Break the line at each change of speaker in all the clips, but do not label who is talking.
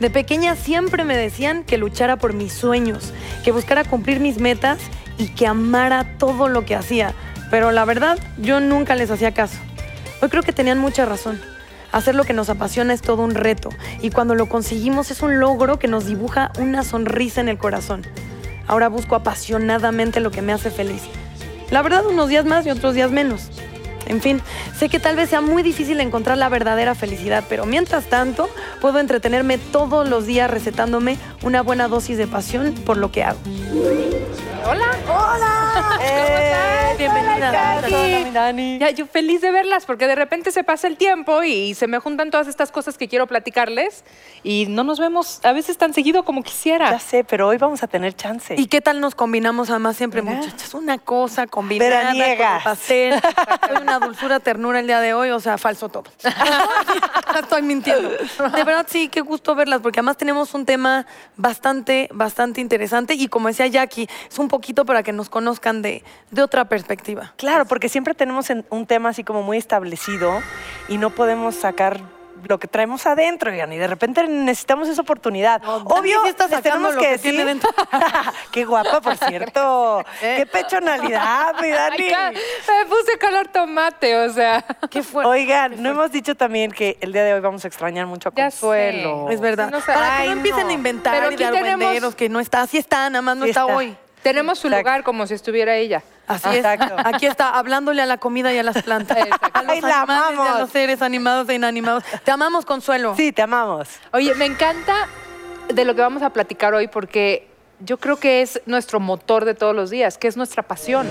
De pequeña siempre me decían que luchara por mis sueños, que buscara cumplir mis metas y que amara todo lo que hacía. Pero la verdad, yo nunca les hacía caso. Hoy creo que tenían mucha razón. Hacer lo que nos apasiona es todo un reto y cuando lo conseguimos es un logro que nos dibuja una sonrisa en el corazón. Ahora busco apasionadamente lo que me hace feliz. La verdad, unos días más y otros días menos. En fin, sé que tal vez sea muy difícil encontrar la verdadera felicidad, pero mientras tanto puedo entretenerme todos los días recetándome una buena dosis de pasión por lo que hago.
Hola.
¡Hola!
Eh,
bienvenida.
Hola, Cari.
Hola, Dani.
Ya, yo feliz de verlas porque de repente se pasa el tiempo y se me juntan todas estas cosas que quiero platicarles y no nos vemos a veces tan seguido como quisiera.
Ya sé, pero hoy vamos a tener chance.
¿Y qué tal nos combinamos además siempre,
¿Verdad?
muchachas? Una cosa combinada con
Veraniegas.
el pastel. Soy una dulzura, ternura el día de hoy, o sea, falso todo. Estoy mintiendo. De verdad, sí, qué gusto verlas, porque además tenemos un tema bastante, bastante interesante y como decía Jackie, es un poquito para que nos conozcan de, de otra perspectiva.
Claro, porque siempre tenemos en- un tema así como muy establecido y no podemos sacar lo que traemos adentro, Ian, y de repente necesitamos esa oportunidad.
No,
Obvio,
Dani sí está
les
sacando
tenemos
lo
que,
que tiene
decir-
dentro.
Qué guapa, por cierto. Qué pechonalidad, mi Dani.
Ay, ca- me puse color tomate, o sea.
Qué fuerte.
Oigan, no hemos dicho también que el día de hoy vamos a extrañar mucho a
Ya
Consuelo.
sé.
Es verdad.
Sí, no sé.
Para que
Ay,
no empiecen
no.
a inventar
Pero
y
aquí
de
tenemos-
argüenderos que no está. Así está, nada más no
Sí
está,
está.
hoy.
Tenemos su
Exacto.
lugar como si estuviera ella.
Así
Exacto.
es. Aquí está, hablándole a la comida y a las plantas.
Exacto.
A los
Ay, la
animales y
amamos.
a los seres animados e inanimados. Te amamos, Consuelo.
Sí, te amamos.
Oye, me encanta de lo que vamos a platicar hoy porque yo creo que es nuestro motor de todos los días, que es nuestra pasión.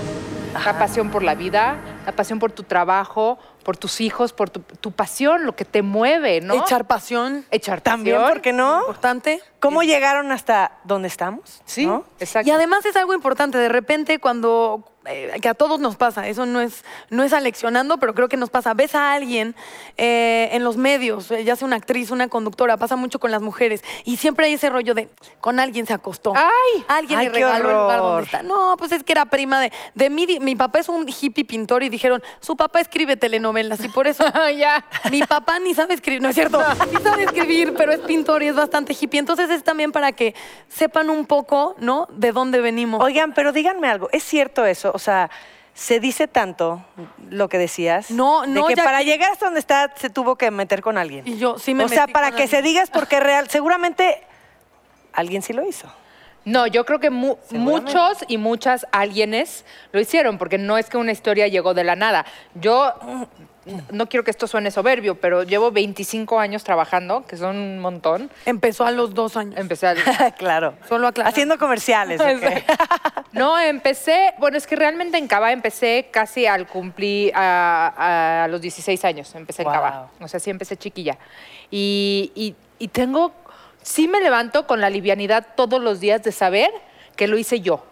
La pasión por la vida, la pasión por tu trabajo, por tus hijos, por tu, tu pasión, lo que te mueve, ¿no?
Echar pasión,
Echar
También,
pasión.
¿por qué no?
importante.
¿Cómo llegaron hasta donde estamos?
Sí,
¿No?
exacto.
Y además es algo importante, de repente cuando, eh, que a todos nos pasa, eso no es, no es aleccionando, pero creo que nos pasa, ves a alguien eh, en los medios, eh, ya sea una actriz, una conductora, pasa mucho con las mujeres, y siempre hay ese rollo de, con alguien se acostó.
Ah,
¡Ay!
Alguien
¡Ay,
le
qué
regaló el lugar
horror!
donde está. No, pues es que era prima de, de mi, mi papá es un hippie pintor y dijeron, su papá escribe telenovelas y por eso
ya.
mi papá ni sabe escribir, no es cierto, ni sabe escribir, pero es pintor y es bastante hippie. Entonces es también para que sepan un poco, ¿no? De dónde venimos.
Oigan, pero díganme algo, ¿es cierto eso? O sea, se dice tanto lo que decías.
No, no,
De que
ya
para
que-
llegar hasta donde está se tuvo que meter con alguien.
Y yo sí me
O sea,
metí
para
con
que se
alguien.
diga es porque real. Seguramente alguien sí lo hizo.
No, yo creo que mu-
Seguramente.
muchos y muchas alguienes lo hicieron, porque no es que una historia llegó de la nada. Yo n- no quiero que esto suene soberbio, pero llevo 25 años trabajando, que son un montón.
Empezó a los dos años.
Empecé al-
claro.
Solo aclarar.
Haciendo comerciales. ¿ok?
No, empecé, bueno, es que realmente en Cava empecé casi al cumplir a, a los 16 años, empecé
Wow.
en Cava. O sea, sí empecé chiquilla. Y, y- y tengo, sí me levanto con la livianidad todos los días de saber que lo hice yo.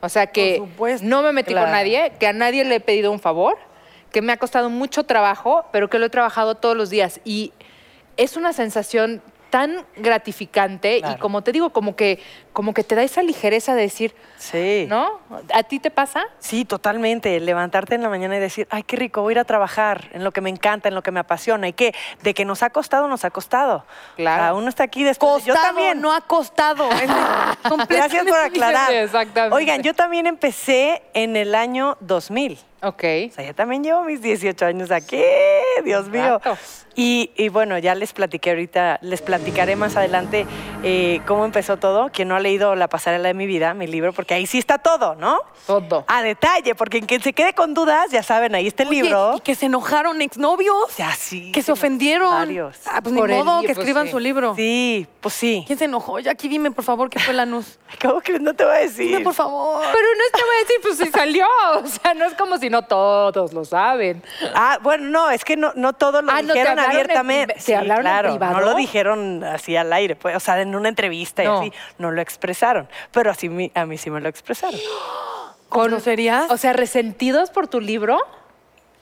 O sea, que
Por supuesto.
no me metí
Claro.
con nadie, que a nadie le he pedido un favor, que me ha costado mucho trabajo, pero que lo he trabajado todos los días. Y es una sensación tan gratificante y
Claro.
como te digo, como que, como que te da esa ligereza de decir,
Sí.
¿No? ¿A ti te pasa?
Sí, totalmente. Levantarte en la mañana y decir, ay, qué rico, voy a ir a trabajar en lo que me encanta, en lo que me apasiona. Y que de que nos ha costado, nos ha costado.
Claro.
O sea, uno está aquí después.
Costado,
yo también.
no ha costado. Es completamente
Gracias por aclarar.
diferente, exactamente.
Oigan, yo también empecé en el año 2000.
Ok.
O sea, yo también llevo mis 18 años aquí, Dios
Un
mío.
rato.
Y, y bueno, ya les platiqué ahorita, les platicaré más adelante eh, cómo empezó todo. Quien no ha leído La pasarela de mi vida, mi libro, porque ahí sí está todo, ¿no?
Todo.
A detalle, porque en quien se quede con dudas, ya saben, ahí está el
Oye,
libro.
Y que se enojaron exnovios.
Ya, sí,
Que se
tengo
ofendieron.
varios.
Ah, pues ni
Por el
modo
libro,
que escriban
sí.
su libro.
Sí, pues sí.
¿Quién se enojó? Jackie, dime, por favor, qué fue la luz.
¿Cómo que no te voy a decir?
Dime, por favor.
Ah, Pero no es que voy a decir, pues sí salió. O sea, no es como si no todos lo saben.
Ah, bueno, no, es que no, no todos lo
Ah, ¿no te
dijeron
hablaron en
abiertamente.
priva- te hablaron en
claro,
privado?
No lo dijeron así al aire, pues, o sea, en una entrevista
No.
y así. No lo expresaron. Pero así mi- a mí sí me lo expresaron.
¿Con groserías?
O sea, resentidos por tu libro.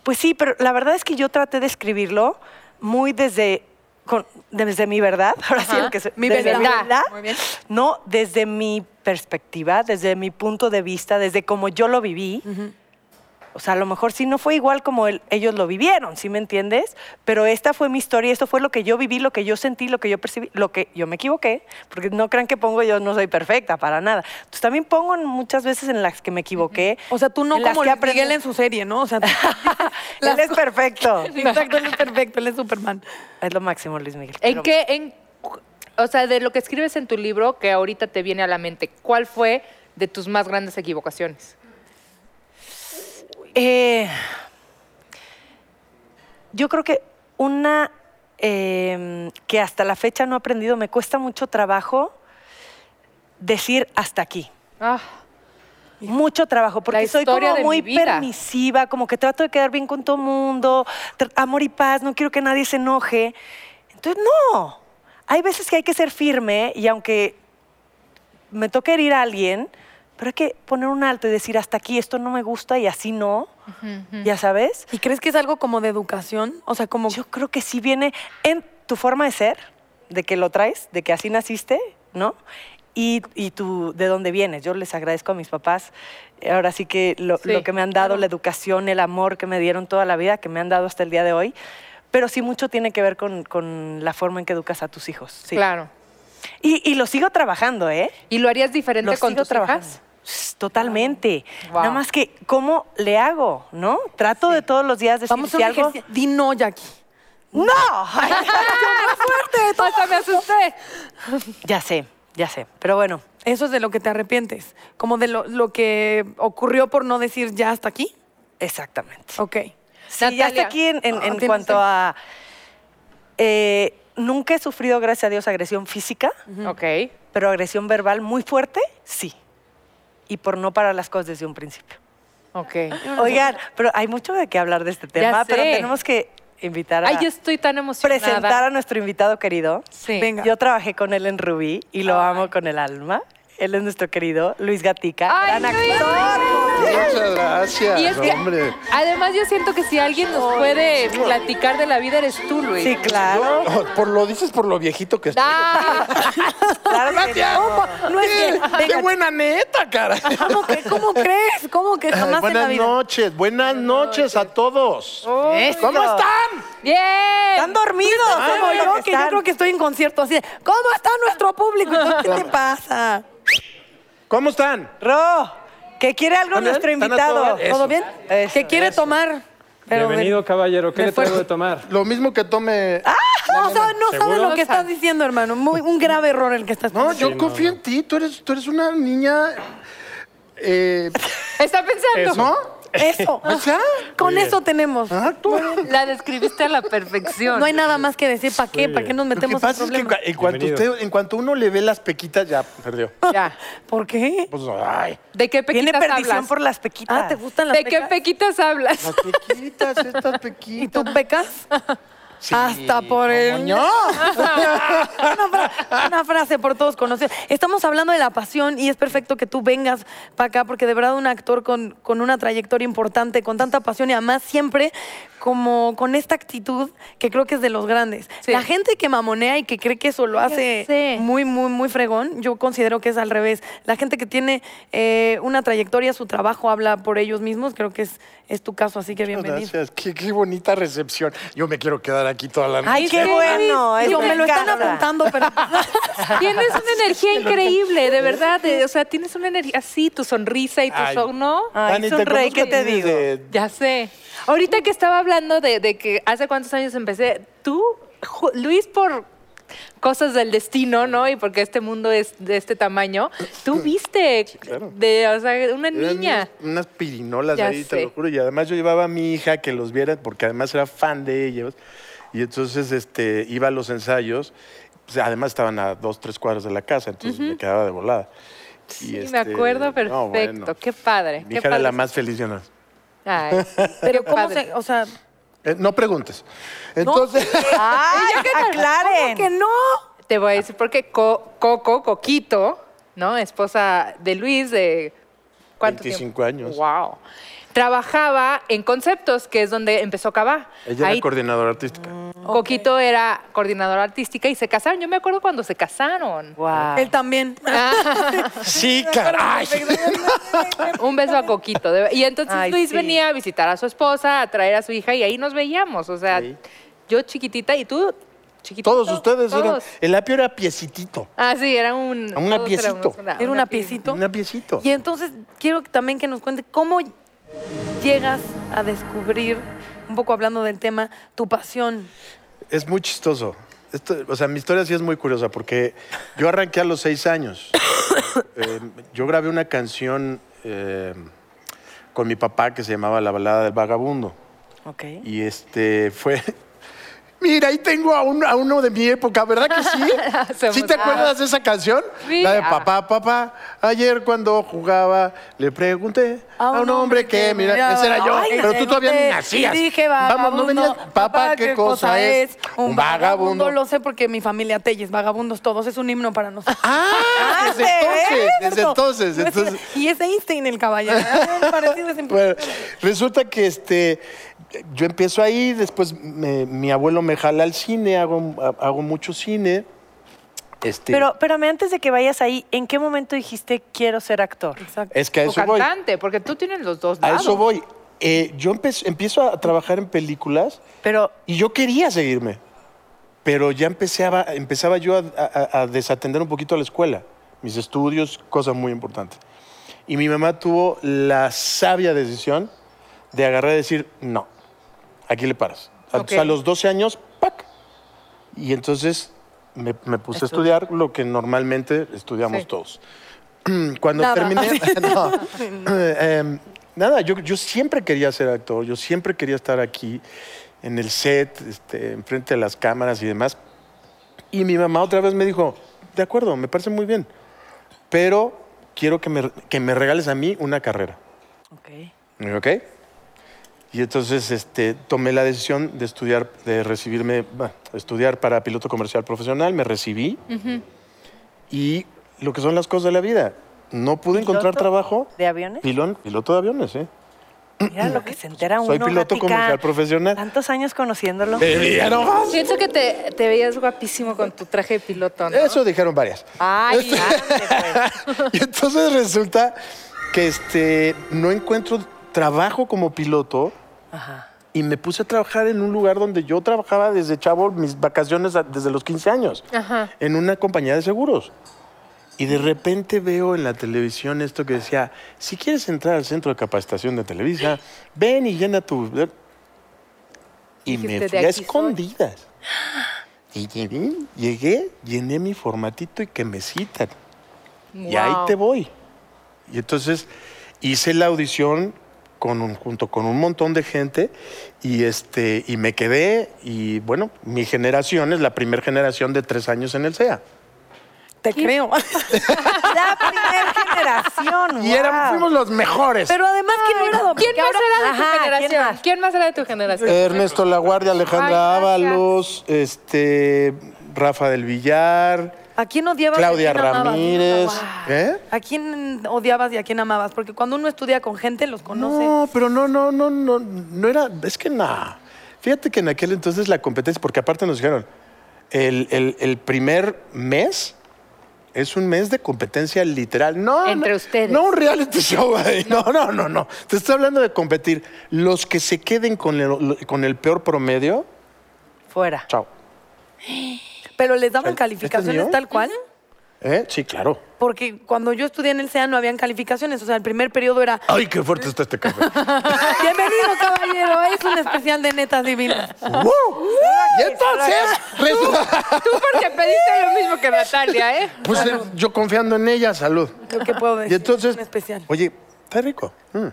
Pues sí, pero la verdad es que yo traté de escribirlo muy desde, con- desde mi verdad. Ahora sí,
Ajá.
lo que soy-
Mi
desde
verdad. Muy bien.
No, desde mi perspectiva, desde mi punto de vista, desde cómo yo lo viví. O sea, a lo mejor sí no fue igual como el- ellos lo vivieron, ¿sí me entiendes? Pero esta fue mi historia, esto fue lo que yo viví, lo que yo sentí, lo que yo percibí, lo que yo me equivoqué, porque no crean que pongo yo no soy perfecta para nada. Entonces también pongo en- muchas veces en las que me equivoqué.
O sea, tú no
en las
como
que
Luis
aprendí.
Miguel en su serie, ¿no? O sea, tú-
Él
las
es
co-
perfecto.
Exacto, él es perfecto, él es Superman.
Es lo máximo, Luis Miguel.
¿En
pero-
qué, en, o sea, de lo que escribes en tu libro que ahorita te viene a la mente, ¿cuál fue de tus más grandes equivocaciones?
Eh, yo creo que una eh, que hasta la fecha no he aprendido, me cuesta mucho trabajo decir hasta aquí.
Ah,
Mucho trabajo, porque soy
historia
como
de
muy
mi vida.
permisiva, como que trato de quedar bien con todo mundo, tr- amor y paz, no quiero que nadie se enoje. Entonces, no. Hay veces que hay que ser firme y aunque me toque herir a alguien, pero hay que poner un alto y decir hasta aquí, esto no me gusta y así no, ya sabes.
¿Y crees que es algo como de educación? O sea, como
Yo creo que sí viene en tu forma de ser, de que lo traes, de que así naciste, ¿no? Y, y tú, de dónde vienes. Yo les agradezco a mis papás. Ahora sí que lo,
Sí,
lo que me han dado,
claro.
la educación, el amor que me dieron toda la vida, que me han dado hasta el día de hoy. Pero sí mucho tiene que ver con, con la forma en que educas a tus hijos. sí.
claro.
Y, y lo sigo trabajando, ¿eh?
¿Y lo harías diferente
Lo
con
sigo
tus
trabajando.
hijas?
Shh, Totalmente.
Wow.
Nada más que, ¿cómo le hago? ¿No? Trato de todos los días decir
Vamos a
si
un
algo.
ejercicio. Di no, Jackie.
¡No!
¡Fuerte! ¡Hasta me asusté!
Ya sé, ya sé. Pero bueno,
Eso es de lo que te arrepientes. Como de lo, lo que ocurrió por no decir ya hasta aquí.
exactamente.
Ok.
Sí, ya está
Natalia.
aquí en, en-
Ah,
en
tienes
cuanto
razón.
a. eh, nunca he sufrido, gracias a Dios, agresión física,
Ok.
pero agresión verbal muy fuerte, sí. Y por no parar las cosas desde un principio.
Ok.
Oigan, pero hay mucho de qué hablar de este tema, pero
Ah, sé.
tenemos que invitar a
Ay, yo estoy tan emocionada.
presentar a nuestro invitado querido.
Sí.
Venga.
Yo trabajé con él en Rubí y lo amo con el alma. Él es nuestro querido Luis Gatica,
Ay,
gran
Luis.
actor.
Muchas gracias,
Y es que,
hombre.
además, yo siento que si alguien nos puede platicar de la vida, eres tú, Luis.
Sí, claro.
No, por lo dices por lo viejito que estoy.
Ah,
claro que no.
No es que-
¡Qué, qué buena neta, cara!
¿Cómo, que- cómo crees? ¿Cómo que jamás en la
buenas
vida?
noches, buenas noches a todos. ¿Cómo están?
¡Bien!
Están dormidos.
Ah,
¿cómo
como
no
yo, que yo
están?
creo que estoy en concierto así. de, ¿Cómo está nuestro público? ¿Qué te pasa?
¿Cómo están?
Ro, que quiere algo
¿Están bien?
nuestro
¿Están a todo
invitado.
dar? Eso.
¿Todo bien?
Eso,
¿Qué quiere tomar? Pero
Bienvenido, caballero. ¿Qué
de
le traigo
fuerza.
de tomar?
Lo mismo que tome...
Ah, No, sabe- no sabes
¿Seguro?
lo que estás diciendo, hermano. Muy, un grave error el que estás
No,
cometiendo.
yo confío en ti, tú eres, tú eres una niña... eh,
Está pensando.
¿No?
Eso.
O sea,
Con eso tenemos.
ah, tú-
La describiste a la perfección.
No hay nada más que decir. ¿Para qué? ¿Para qué nos
Lo que
metemos en
pasa es que en,
problemas?
cua- en cuanto
Bienvenido.
usted- en cuanto uno le ve las pequitas, ya perdió.
Ya.
¿Por qué?
Pues, ay.
¿De qué
Viene
pequitas
perdición
hablas?
por las pequitas.
Ah, ¿te gustan las
¿De qué
pecas?
pequitas hablas?
Las pequitas, estas pequitas.
¿Y tú pecas? Hasta por el...
Coño.
una, fra- una frase por todos conocidos. Estamos hablando de la pasión y es perfecto que tú vengas para acá porque de verdad un actor con, con una trayectoria importante, con tanta pasión y además siempre como con esta actitud que creo que es de los grandes.
Sí.
La gente que mamonea y que cree que eso lo hace
sé.
muy, muy, muy fregón, yo considero que es al revés. La gente que tiene eh, una trayectoria, su trabajo habla por ellos mismos, creo que es, es tu caso, así que bienvenido.
Gracias, qué, qué bonita recepción. Yo me quiero quedar aquí toda la noche.
Ay, qué
Sí,
bueno.
sí,
eso
Digo, me lo están
encanta.
apuntando, pero...
Tienes una energía increíble, de verdad. de- o sea, tienes una energía así, tu sonrisa y tu
Ay.
show, ¿no?
Ay,
Dani,
sonreí, ¿qué
conozco
te digo?
desde-
Ya sé. Ahorita que estaba hablando de, de que hace cuántos años empecé, tú, Ju- Luis, por cosas del destino, ¿no? Y porque este mundo es de este tamaño, tú viste
claro.
de, o sea, una
eran
niña.
Unas, unas pirinolas
Ya
ahí, te
sé.
lo juro. Y además yo llevaba a mi hija que los viera, porque además era fan de ellos. Y entonces este, iba a los ensayos. Pues, además estaban a dos, tres cuadros de la casa, entonces me quedaba de volada. Y,
Sí,
este,
me acuerdo
no,
perfecto.
bueno.
Qué padre.
Mi
qué
hija era
padre.
la más feliz. yo no.
Ay,
Pero
qué
¿cómo
padre.
se...? O sea...
Eh, no preguntes. Entonces...
Ay, aclaren.
que no.
Te voy a decir porque Co- Coco, Coquito, ¿no? Esposa de Luis, de ¿Cuánto
25 años.
Wow. Trabajaba en Conceptos, que es donde empezó Cabá.
Ella
Ahí
era coordinadora artística.
Coquito era coordinadora artística y se casaron. Yo me acuerdo cuando se casaron.
Wow.
Él también.
Sí, caray.
Un beso a Coquito. de- Y entonces
Ay,
Luis
sí.
venía a visitar a su esposa, a traer a su hija y ahí nos veíamos. O sea,
Sí.
yo chiquitita y tú chiquitito.
Todos ustedes eran.
todos.
El apio era piecitito.
Ah, sí, era un...
Una
todos
piecito.
éramos una-
Era una piecito.
Una piecito.
Y entonces quiero que- también que nos cuente cómo llegas a descubrir, un poco hablando del tema, tu pasión.
Es muy chistoso. Esto- o sea, mi historia sí es muy curiosa porque yo arranqué a los seis años. Eh, yo grabé una canción eh, con mi papá que se llamaba La balada del vagabundo.
Ok.
Y este fue. Mira, ahí tengo a, un- a uno de mi época, ¿verdad que sí?
Somos-
¿Sí te
Ah.
acuerdas de esa canción?
Sí.
La de
Ah.
papá, papá. Ayer cuando jugaba, le pregunté a un, hombre que, mira, ese era yo,
Ay,
pero
le
tú todavía ni
pregunté,
nacías.
Y dije, vagabundo.
Vamos, no venías. Papá, ¿qué, cosa es? Un vagabundo.
Lo sé porque mi familia Telles, vagabundos todos, es un himno para nosotros.
Ah, desde entonces, desde entonces,
No es
entonces.
cierto. Y es Einstein el caballero. Ah, parecido es imposible.
Bueno, resulta que este, yo empiezo ahí, después me- mi abuelo me jala al cine, hago, hago mucho cine. Este,
Pero, espérame, antes de que vayas ahí, ¿en qué momento dijiste quiero ser actor?
Exacto.
es que a
O
eso voy.
cantante, porque tú tienes los dos
A
lados.
eso voy. Eh, yo empe- empiezo a trabajar en películas
Pero,
y yo quería seguirme, pero ya empezaba, empezaba yo a, a- a desatender un poquito a la escuela, mis estudios, cosas muy importantes. Y mi mamá tuvo la sabia decisión de agarrar y decir, no, aquí le paras. A,
Ok.
a los 12 años, ¡pac! Y entonces me, me puse a estudiar lo que normalmente estudiamos
Sí.
todos. Cuando
Nada.
terminé... no. Eh, nada, yo, yo siempre quería ser actor, yo siempre quería estar aquí en el set, este, enfrente de las cámaras y demás. Y mi mamá otra vez me dijo, de acuerdo, me parece muy bien, pero quiero que me, que me regales a mí una carrera. Y yo, ¿Ok? Y entonces este, tomé la decisión de estudiar, de recibirme, bueno, estudiar para piloto comercial profesional, me recibí. Y lo que son las cosas de la vida, no pude encontrar
¿Piloto?
trabajo.
¿de aviones?
Pilón, piloto de aviones, ¿eh?
Mira lo que se entera uno.
mm, Soy
Ah,
piloto
Gatica.
comercial profesional. Eh.
Tantos años conociéndolo.
¿Me vieron?
Siento que te, te veías guapísimo con tu traje de piloto, ¿no?
Eso dijeron varias.
Ay, ande, pues.
Y entonces resulta que este, no encuentro trabajo como piloto
Ajá.
y me puse a trabajar en un lugar donde yo trabajaba desde chavo, mis vacaciones a- desde los 15 años,
Ajá.
en una compañía de seguros. Y de repente veo en la televisión esto que decía, si quieres entrar al centro de capacitación de Televisa, ven y llena tu... Y me
Dijiste,
fui
"De
a
aquí soy".
escondidas. Y llegué, llegué, llené mi formatito y que me citan. Y ahí
Wow.
te voy. Y entonces hice la audición con un- junto con un montón de gente y, este, y me quedé. Y bueno, mi generación es la primera generación de tres años en el E SEA.
Te creo.
La primera generación.
Y éramos-
guau.
fuimos los mejores.
Pero además que no era
¿Quién
duplicado.
más era de tu
Ajá, ¿quién
generación?
más?
¿Quién más era de tu generación?
Ernesto Laguardia, Alejandra
Ay, gracias.
Ábalos, este, Rafa del Villar,
¿A quién odiabas? y a
Claudia
quién amabas?
Ramírez.
Guau.
¿Eh?
¿A quién odiabas y a quién amabas? Porque cuando uno estudia con gente, los conoce.
No, pero no, no, no, no, no era, es que nada. Fíjate que en aquel entonces la competencia, porque aparte nos dijeron, el, el- el primer mes es un mes de competencia literal. No,
Entre
no,
ustedes.
No un reality show. güey. No, no, no, no. Te estoy hablando de competir. Los que se queden con el, con el peor promedio,
Fuera.
chao.
Pero les daban
¿Este es
calificaciones
mío?
tal cual.
¿Eh? Sí, claro.
Porque cuando yo estudié en el SEA no habían calificaciones. O sea, el primer periodo era
Ay, qué fuerte está este café.
Bienvenido, caballero. Es un especial de netas divinas.
¡Wow! Y entonces, resulta-
Tú porque pediste lo mismo que Natalia, ¿eh?
pues eh, yo confiando en ella, salud.
Lo que puedo
Y
decir.
entonces,
Un especial.
oye, está rico. Mm.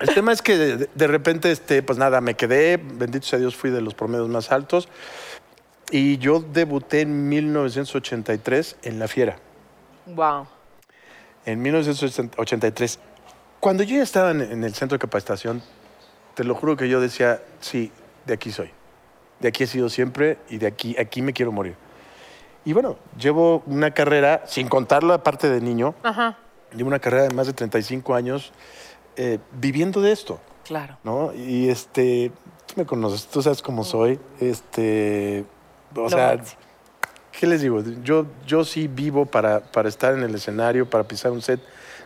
El tema es que de, de repente, este, pues nada, me quedé, bendito sea Dios, fui de los promedios más altos. Y yo debuté en 1983 en La Fiera,
Wow.
en 1983. Cuando yo ya estaba en, en el centro de capacitación, te lo juro que yo decía, sí, de aquí soy. De aquí he sido siempre y de aquí, aquí me quiero morir. Y bueno, llevo una carrera, sin contar la parte de niño,
Ajá.
Llevo una carrera de más de 35 años eh, viviendo de esto,
Claro.
¿no? Y este, tú me conoces, tú sabes cómo soy. Este, o
Lo
sea,
máximo.
¿qué les digo? Yo, yo sí vivo para, para estar en el escenario, para pisar un set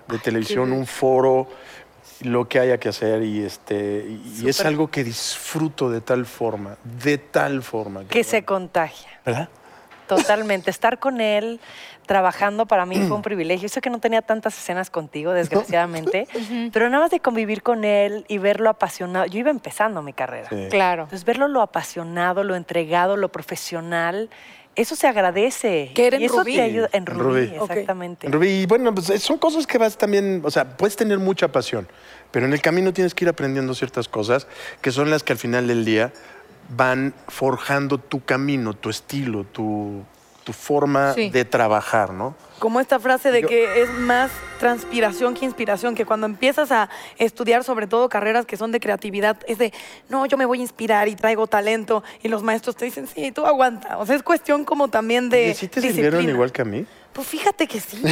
de televisión, un foro, lo que haya que hacer. Y, este, y- y es
Súper.
algo que disfruto de tal forma, de tal forma.
Que
cabrón.
se contagia.
¿Verdad?
Totalmente. Estar con él trabajando para mí fue un privilegio. Yo sé que no tenía tantas escenas contigo, desgraciadamente, pero nada más de convivir con él y verlo apasionado. Yo iba empezando mi carrera.
Sí.
Claro.
Entonces, verlo lo apasionado, lo entregado, lo profesional, eso se agradece.
Que era en
y eso
Rubí.
te ayuda. En
En
Rubí,
Rubí.
Ok.
exactamente.
Rubí, y bueno, pues eh, son cosas que vas también, o sea, puedes tener mucha pasión, pero en el camino tienes que ir aprendiendo ciertas cosas que son las que al final del día van forjando tu camino, tu estilo, tu, tu forma
Sí.
de trabajar, ¿no?
Como esta frase de
Yo-
que es más transpiración que inspiración, que cuando empiezas a estudiar sobre todo carreras que son de creatividad, es de, no, yo me voy a inspirar y traigo talento, y los maestros te dicen, sí, tú aguanta. O sea, es cuestión como también de...
¿Y si te
disciplina.
sirvieron igual que a mí?
Pues fíjate que sí.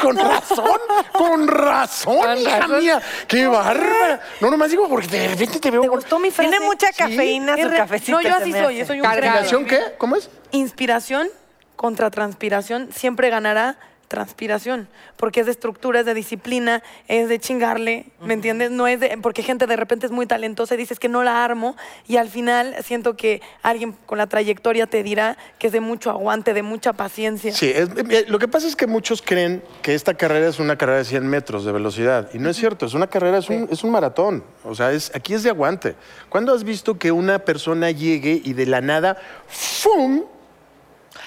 con razón, con razón,
Con
hija
razón.
mía. Qué barba. No, nomás digo porque de repente te veo.
¿Te gustó mi frase?
Tiene mucha cafeína
Es
su
re-
cafecito.
No, yo
se
así
me
soy,
hace.
soy un
Cargado.
fregado.
¿Inspiración qué? ¿Cómo es?
inspiración contra transpiración siempre ganará transpiración, porque es de estructura, es de disciplina, es de chingarle, ¿me entiendes? No es de, porque gente de repente es muy talentosa y dices que no la armo y al final siento que alguien con la trayectoria te dirá que es de mucho aguante, de mucha paciencia.
Sí, es- eh, lo que pasa es que muchos creen que esta carrera es una carrera de 100 metros de velocidad. Y no es cierto, es una carrera, es un, es un maratón. O sea, es, aquí es de aguante. ¿Cuándo has visto que una persona llegue y de la nada, ¡fum!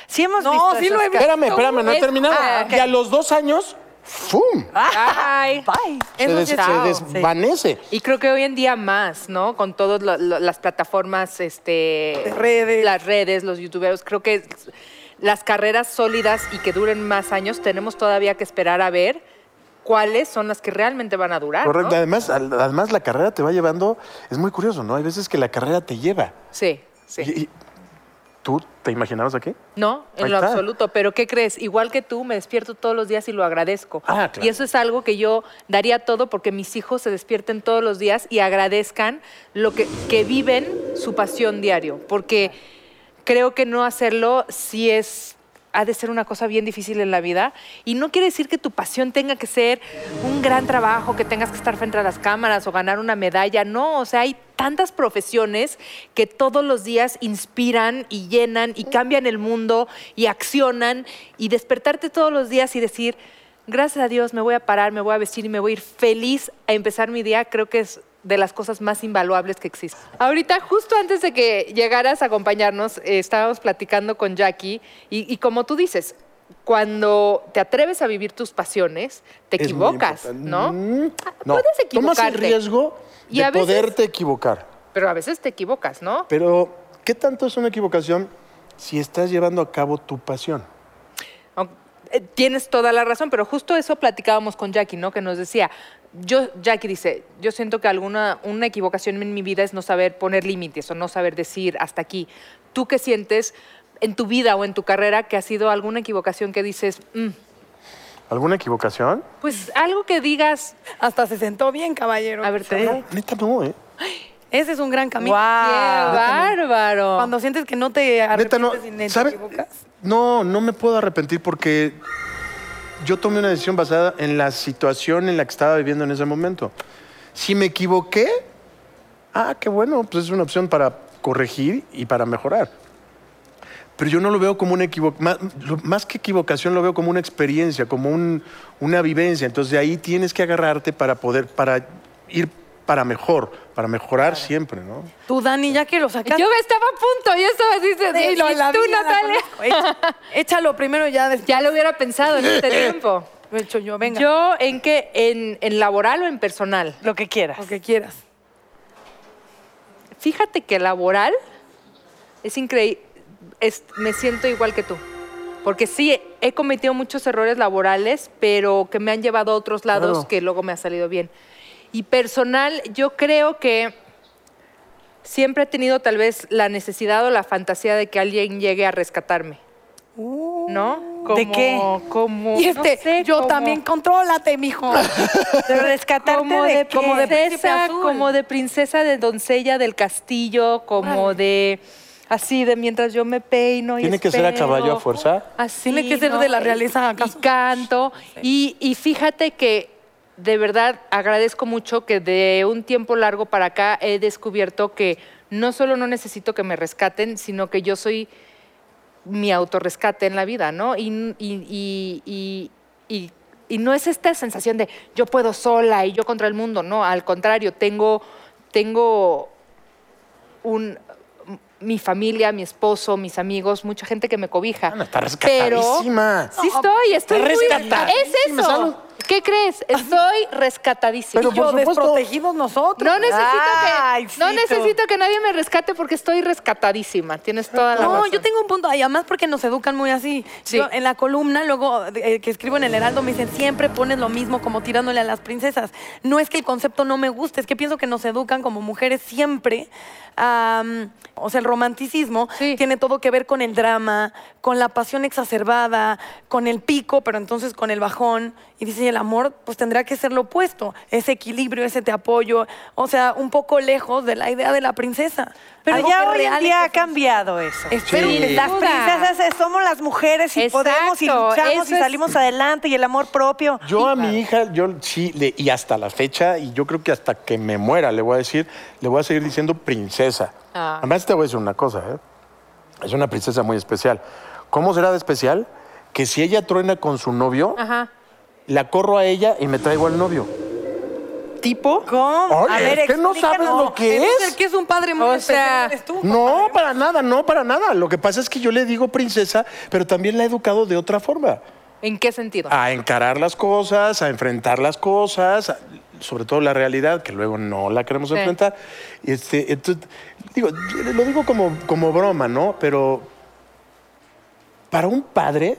Sí hemos
No,
visto
sí
esas
lo he visto.
Espérame, espérame, no he
es-
terminado.
ah, ok.
Y a los dos años, ¡fum!
Ay.
Bye.
Se,
eso
des-
sí
se
es- Chao.
desvanece.
Y creo que hoy en día más, ¿no? Con todas la- la- las plataformas, este,
De redes.
las redes, los youtuberos, creo que las carreras sólidas y que duren más años tenemos todavía que esperar a ver cuáles son las que realmente van a durar. ¿no?
Correcto. Además, al- además, la carrera te va llevando. Es muy curioso, ¿no? Hay veces que la carrera te lleva.
Sí, sí.
Y- y- ¿Tú te imaginabas aquí?
No,
Ahí
en lo
está.
absoluto. Pero ¿qué crees? Igual que tú, me despierto todos los días y lo agradezco.
Ah, claro.
Y eso es algo que yo daría todo porque mis hijos se despierten todos los días y agradezcan lo que, que viven su pasión diario. Porque creo que no hacerlo si es ha de ser una cosa bien difícil en la vida y no quiere decir que tu pasión tenga que ser un gran trabajo, que tengas que estar frente a las cámaras o ganar una medalla, no, o sea, hay tantas profesiones que todos los días inspiran y llenan y cambian el mundo y accionan y despertarte todos los días y decir, gracias a Dios me voy a parar, me voy a vestir y me voy a ir feliz a empezar mi día, creo que es de las cosas más invaluables que existen. Ahorita, justo antes de que llegaras a acompañarnos, eh, estábamos platicando con Jackie y, y como tú dices, cuando te atreves a vivir tus pasiones, te
Es muy
equivocas,
importante.
¿no? Ah,
Mm, No.
Puedes
Tomas el
equivocarte.
riesgo
Y
de
a veces-
poderte equivocar.
Pero a veces te equivocas, ¿no?
Pero, ¿qué tanto es una equivocación si estás llevando a cabo tu pasión?
Aun- eh, Tienes toda la razón, pero justo eso platicábamos con Jackie, ¿no? Que nos decía, yo, Jackie dice, yo siento que alguna una equivocación en mi vida es no saber poner límites o no saber decir hasta aquí. ¿Tú qué sientes en tu vida o en tu carrera que ha sido alguna equivocación que dices, "Mm,
¿Alguna equivocación?
pues algo que digas,
Hasta se sentó bien, caballero.
a ver, te
Neta, no, ¿eh?
Ese es un gran camino.
¡Qué
¡Wow!
bárbaro!
Ah, Cuando sientes que no te
Neta,
arrepientes
no.
y ni te
¿sabe?
equivocas.
No, no me puedo arrepentir porque yo tomé una decisión basada en la situación en la que estaba viviendo en ese momento. Si me equivoqué, ah, qué bueno, pues es una opción para corregir y para mejorar. Pero yo no lo veo como una equivocación, más que equivocación lo veo como una experiencia, como un- una vivencia. Entonces de ahí tienes que agarrarte para poder, para ir para mejor, para mejorar siempre, ¿no?
Tú, Dani, ya que lo sacaste.
yo estaba a punto, yo estaba así,
Sí,
y
no, la
tú,
vi, la
Natalia,
conozco. Echa- Échalo primero y ya después.
ya lo hubiera pensado en este tiempo.
Lo he hecho yo, venga.
¿Yo en qué? ¿En, en laboral o en personal?
Lo que quieras.
Lo que quieras.
Fíjate que laboral es increíble. me siento igual que tú. Porque sí, he cometido muchos errores laborales, pero que me han llevado a otros lados
Claro.
que luego me ha salido bien. Y personal, yo creo que siempre he tenido tal vez la necesidad o la fantasía de que alguien llegue a rescatarme. ¿No? como,
¿De qué?
Como,
Y
Uh, no
este,
sé,
yo
como-
también contrólate, mijo.
Pero rescatarte
como
de,
de,
qué?
como de
Príncipe
princesa,
Azul.
como de princesa, de doncella del castillo, como
Órale.
de así de mientras yo me peino y
¿Tiene que ser a caballo a fuerza?
Así,
Tiene que ser de la realeza, ¿acaso?
Y canto y, y fíjate que de verdad agradezco mucho que de un tiempo largo para acá he descubierto que no solo no necesito que me rescaten, sino que yo soy mi autorrescate en la vida, ¿no? Y, y- y- y- y- y no es esta sensación de yo puedo sola y yo contra el mundo, no, al contrario, tengo, tengo un mi familia, mi esposo, mis amigos, mucha gente que me cobija.
Ana, Ah, está
Pero
rescatadísima.
sí estoy, estoy muy Es
rescatadísima, ¿sabes?
eso. ¿Qué crees? Estoy rescatadísima.
Pero
Y yo,
por supuesto.
desprotegidos nosotros.
No necesito,
Ay,
que, no
Cito.
necesito que nadie me rescate porque estoy rescatadísima. Tienes toda la
No,
razón.
yo tengo un punto ahí, además porque nos educan muy así.
Sí.
Yo en la columna, luego eh, que escribo en el Heraldo, me dicen, siempre pones lo mismo como tirándole a las princesas. No es que el concepto no me guste, es que pienso que nos educan como mujeres siempre. am, o sea, el romanticismo
Sí.
tiene todo que ver con el drama, con la pasión exacerbada, con el pico, pero entonces con el bajón. Y dice, y el amor pues tendrá que ser lo opuesto, ese equilibrio, ese te apoyo, o sea, un poco lejos de la idea de la princesa.
Pero
Algo
ya
que
hoy en
real y
día ha
que sea-
cambiado eso.
Espero
Sí.
que
Las
Duda.
princesas es- somos las mujeres y
Exacto,
podemos y luchamos y
eso es-
salimos adelante y el amor propio.
Yo a mi hija, yo sí, le- y hasta la fecha, y yo creo que hasta que me muera, le voy a decir, le voy a seguir diciendo princesa.
Ah.
Además, te voy a decir una cosa, ¿eh? Es una princesa muy especial. ¿Cómo será de especial? Que si ella truena con su novio,
Ajá.
la corro a ella y me traigo al novio.
¿Tipo? ¿Cómo?
Oye, ¿es que no sabes
explícanos.
lo que
Entonces,
es?
el que es un padre muy
O sea,
especial eres tú.
No, para nada, no, para nada. Lo que pasa es que yo le digo princesa, pero también la he educado de otra forma.
¿En qué sentido?
Ah,
a encarar las cosas, a enfrentar las cosas, a- sobre todo la realidad, que luego no la queremos
Sí.
enfrentar. Este, entonces, digo, lo digo como, como broma, ¿no? Pero para un padre,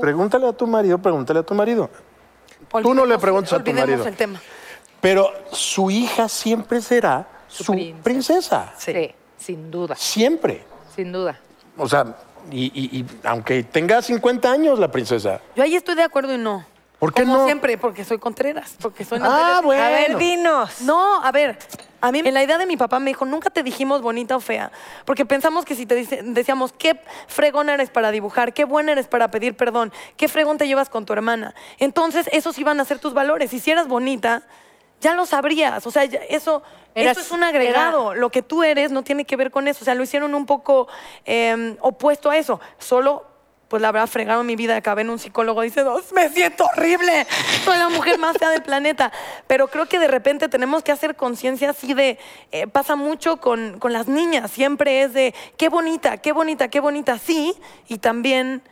pregúntale a tu marido, pregúntale a tu marido. Tú no le
Olvidemos-
preguntas a tu
olvidemos
marido.
el tema.
Pero su hija siempre será su,
princesa.
princesa.
sí. sin duda,
Siempre.
sin duda.
O sea, y, y- y aunque tenga 50 años la princesa.
Yo ahí estoy de acuerdo y no.
¿Por qué
Como
no?
siempre, porque soy Contreras, porque soy
Ah,
Contreras.
bueno.
A ver, dinos.
No, a ver, a mí en la idea de mi papá me dijo, nunca te dijimos bonita o fea, porque pensamos que si te dice- decíamos, qué fregón eres para dibujar, qué buena eres para pedir perdón, qué fregón te llevas con tu hermana, entonces esos iban a ser tus valores. Y si eras bonita, ya lo sabrías. O sea, ya- eso,
Eras-
eso es un agregado. Lo que tú eres no tiene que ver con eso. O sea, lo hicieron un poco eh, opuesto a eso. Solo... Pues la verdad, fregaron mi vida. Acabé en un psicólogo. Dice dos, me siento horrible. Soy la mujer más fea del planeta. Pero creo que de repente tenemos que hacer conciencia así de... eh, pasa mucho con, con las niñas. Siempre es de, qué bonita, qué bonita, qué bonita. Sí, y también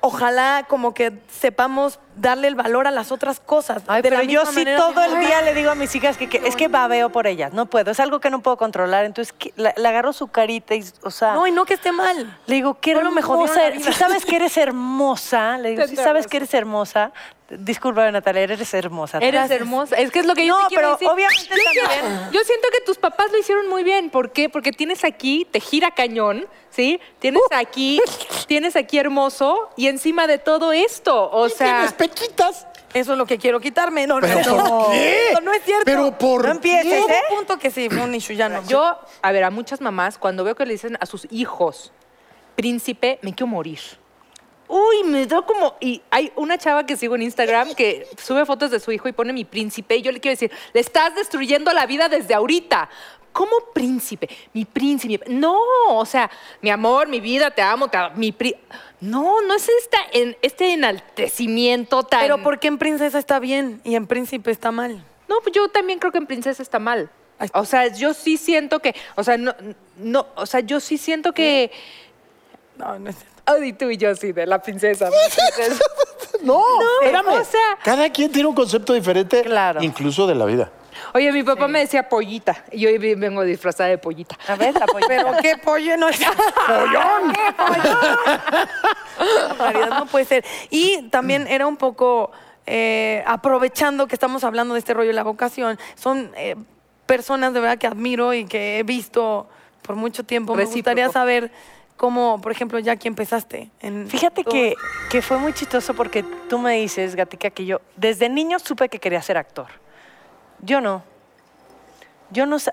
ojalá como que sepamos darle el valor a las otras cosas.
Ay,
De la
pero yo
misma
sí
manera
todo
que-
el día le digo a mis hijas que, que- es que babeo por ellas, no puedo, es algo que no puedo controlar, entonces que- la- le agarro su carita y, o sea,
No, y no que esté mal.
le digo, qué
Solo me jodieron
hermosa
la
eres, si
vida.
sabes que eres hermosa, le digo, si
Tienes
sabes
razón.
que eres hermosa, disculpa Natalia, eres hermosa.
Eres hermosa. Es que es lo que yo
No,
te quiero
pero
decir.
obviamente
Yo siento- Yo siento que tus papás lo hicieron muy bien. ¿Por qué? Porque tienes aquí, te gira cañón, ¿sí? Tienes
Uh.
aquí, tienes aquí hermoso y encima de todo esto, o sea...
Tienes pequitas.
Eso es lo que quiero quitarme. No, no,
¿Pero
no.
por qué?
Eso no es cierto.
¿Pero por
No empieces,
qué?
¿eh? Un punto que sí, fue un issue, ya no.
Yo, a ver, a muchas mamás, cuando veo que le dicen a sus hijos, príncipe, me quiero morir. Uy, me da como... Y hay una chava que sigo en Instagram que sube fotos de su hijo y pone mi príncipe. Y yo le quiero decir, le estás destruyendo la vida desde ahorita. ¿Cómo príncipe? Mi príncipe. No, o sea, mi amor, mi vida, te amo, te amo, mi pri... No, no es esta, en, este enaltecimiento tan...
Pero ¿por qué en princesa está bien y en príncipe está mal?
No, pues yo también creo que en princesa está mal.
Ay.
O sea, yo sí siento que, o sea, no, no, o sea, yo sí siento que.
No, no es cierto.
Ay, tú y yo sí, de la princesa.
No, espérame.
o sea-
Cada quien tiene un concepto diferente,
Claro.
incluso de la vida.
Oye, mi papá me decía pollita. Y hoy vi- vengo disfrazada de pollita.
A ver, la pollita.
Pero qué pollo no es.
¡Pollón!
barbaridad, no puede ser. Y también era un poco eh, aprovechando que estamos hablando de este rollo de la vocación. Son eh, personas de verdad que admiro y que he visto por mucho tiempo. Me
Recíproco.
gustaría saber como, por ejemplo, ya que empezaste. en
Fíjate
todo
que, que fue muy chistoso porque tú me dices, Gatica, que yo desde niño supe que quería ser actor. Yo no. Yo no sé.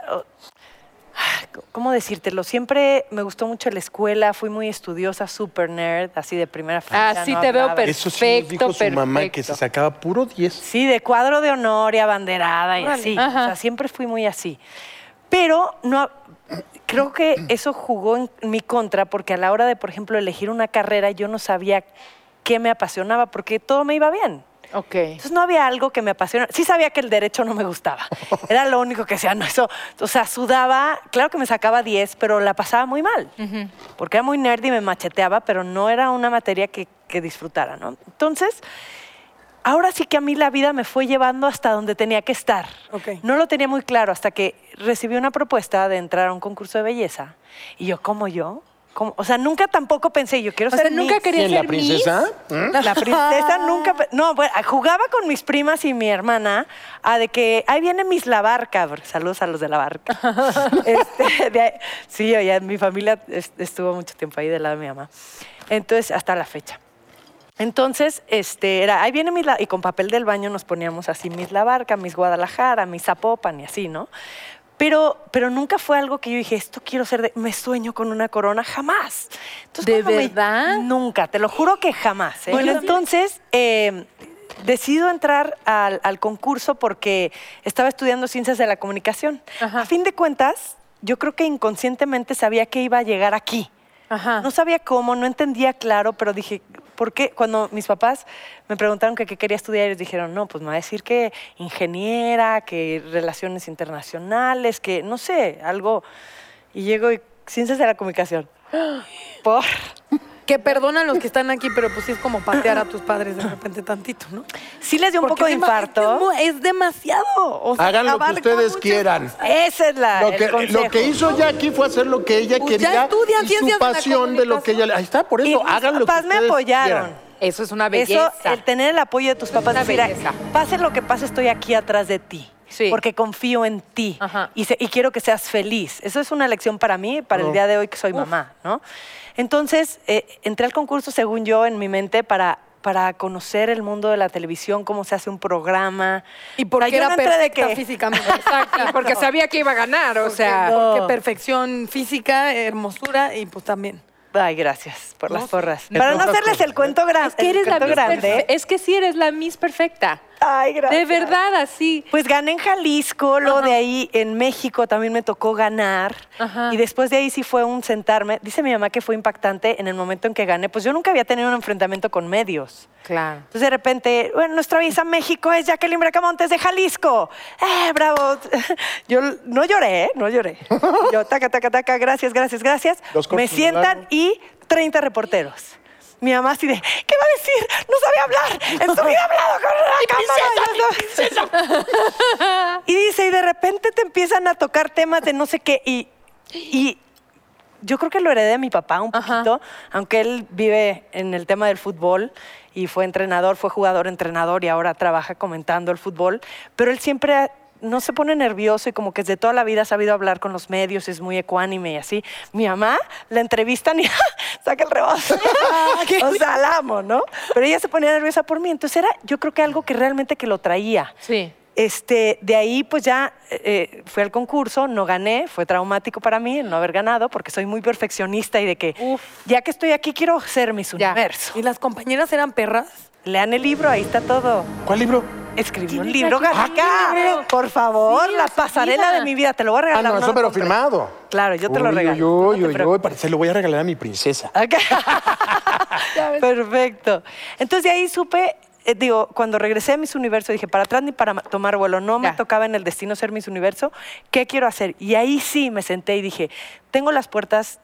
¿Cómo decírtelo? Siempre me gustó mucho la escuela, fui muy estudiosa, super nerd, así de primera fila.
Así Ah, te veo
hablaba.
Eso
perfecta.
sí nos dijo su
Perfecto,
mamá que se
perfecto.
sacaba puro 10.
Sí, de cuadro de honor y abanderada y
Órale.
así.
Ajá.
O sea, siempre fui muy así. Pero no, creo que eso jugó en mi contra porque a la hora de, por ejemplo, elegir una carrera yo no sabía qué me apasionaba porque todo me iba bien.
Ok.
Entonces no había algo que me apasionara. Sí sabía que el derecho no me gustaba. Era lo único que sea, no eso. O sea, sudaba, claro que me sacaba 10, pero la pasaba muy mal. Porque era muy nerd y me macheteaba, pero no era una materia que, que disfrutara, ¿no? Entonces, ahora sí que a mí la vida me fue llevando hasta donde tenía que estar.
Ok.
No lo tenía muy claro hasta que recibí una propuesta de entrar a un concurso de belleza. Y yo, ¿cómo yo? ¿Cómo? O sea, nunca tampoco pensé, yo quiero
O
ser
sea, nunca
Miss.
quería
¿Quién,
ser
la princesa? ¿Mm?
La princesa nunca. pe- No, bueno, ah, jugaba con mis primas y mi hermana a de que ahí viene Miss La Barca. porque Saludos a los de La Barca. Este, de ahí- sí, oye, mi familia es- estuvo mucho tiempo ahí del lado de mi mamá. Entonces, hasta la fecha. Entonces, este, era, ahí viene Miss La... Y con papel del baño nos poníamos así Miss La Barca, Miss Guadalajara, Miss Zapopan y así, ¿no? Pero, pero nunca fue algo que yo dije, esto quiero ser de... Me sueño con una corona, jamás. Entonces,
¿De
cuando me-
verdad?
nunca, te lo juro que jamás. ¿eh?
Bueno,
entonces eh, decido entrar al, al concurso porque estaba estudiando ciencias de la comunicación. A fin de cuentas, yo creo que inconscientemente sabía que iba a llegar aquí.
¿Mm?
Ajá.
No sabía cómo, no entendía claro, pero dije, ¿por qué? Cuando mis papás me preguntaron que qué quería estudiar, ellos dijeron, no, pues me va a decir que ingeniera, que relaciones internacionales, que no sé, algo. Y llego y ciencias de la comunicación. ¡Ah! Por.
Que perdonan los que están aquí, pero pues sí es como patear a tus padres de repente tantito, ¿no?
Sí les dio un
Porque
poco de
es dema-
infarto.
Es, que es mu- es demasiado. o sea,
Hagan lo que
abarca
ustedes
muchas-
quieran.
Esa es la.
Lo
el
que,
consejo.
lo que hizo Jackie fue hacer lo que ella
Pues ya
quería
estudia
y
ciencias de
su
la
pasión de lo que ella... le- Ahí está, por
Y
eso,
mis
hagan lo que
papás
ustedes
me apoyaron.
quieran.
Eso es una belleza.
Eso, el tener el apoyo de tus papás,
una
decir, "Ay,
belleza.
pase lo que pase, estoy aquí atrás de ti.
Sí.
Porque confío en ti
Ajá.
y, se- y quiero que seas feliz. Eso es una lección para mí, para el día de hoy que soy mamá, ¿no? Entonces, eh, entré al concurso, según yo, en mi mente, para, para conocer el mundo de la televisión, cómo se hace un programa.
Y porque
O sea, yo no
era
entré de
perfecta
que-
físicamente.
Exacto, porque sabía que iba a ganar, o sea.
no.
Porque perfección física, hermosura y pues también.
Ay, gracias por las porras.
Es
Para no
otras
hacerles
cosas,
el cuento grande.
Es que eres la Miss
grande.
perfe- Es que sí eres la Miss perfecta.
Ay, gracias.
De verdad, así.
Pues gané en Jalisco, luego de ahí en México también me tocó ganar.
Ajá.
Y después de ahí sí fue un sentarme. Dice mi mamá que fue impactante en el momento en que gané. Pues yo nunca había tenido un enfrentamiento con medios.
Claro.
Entonces de repente, bueno, nuestra visa México es Jacqueline Bracamontes de Jalisco. ¡Eh, bravo! Yo no lloré, ¿eh? no lloré. Yo, taca, taca, taca, gracias, gracias, gracias.
Los
Me
cortes
sientan
volaron.
y 30 reporteros. Mi mamá así de, ¿qué va a decir? No sabía hablar. En su vida ha hablado con una cámara. Y dice, y de repente te empiezan a tocar temas de no sé qué. Y, y yo creo que lo heredé de mi papá un poquito, aunque él vive en el tema del fútbol y fue entrenador, fue jugador, entrenador y ahora trabaja comentando el fútbol. Pero él siempre ha- no se pone nervioso y como que desde toda la vida ha sabido hablar con los medios, es muy ecuánime y así. Mi mamá la entrevistan y saca el rebozo. o sea, la amo, ¿no? Pero ella se ponía nerviosa por mí. Entonces era, yo creo que algo que realmente que lo traía.
Sí.
Este, de ahí pues ya eh, eh, fui al concurso, no gané, fue traumático para mí el no haber ganado porque soy muy perfeccionista y de que
Uf.
ya que estoy aquí quiero ser mis
Ya.
universo.
¿Y las compañeras eran perras?
Lean el libro, ahí está todo.
¿Cuál libro?
Escribí un
Tienes
libro,
aquí un
Gatica.
libro.
Por favor,
Sí,
la
en su
pasarela
vida.
de mi vida, te lo voy a
Ah,
regalar.
no,
no
eso
lo
pero
compré.
firmado.
Claro, yo te lo
Uy,
regalo.
uy,
no te
uy, uy,
preocupes.
para- se lo voy a regalar a mi princesa.
Ok. Perfecto. Entonces de ahí supe, eh, digo, cuando regresé a Miss Universo dije, para atrás ni para ma- tomar vuelo, no me
Ya.
tocaba en el destino ser Miss Universo, ¿qué quiero hacer? Y ahí sí me senté y dije, tengo las puertas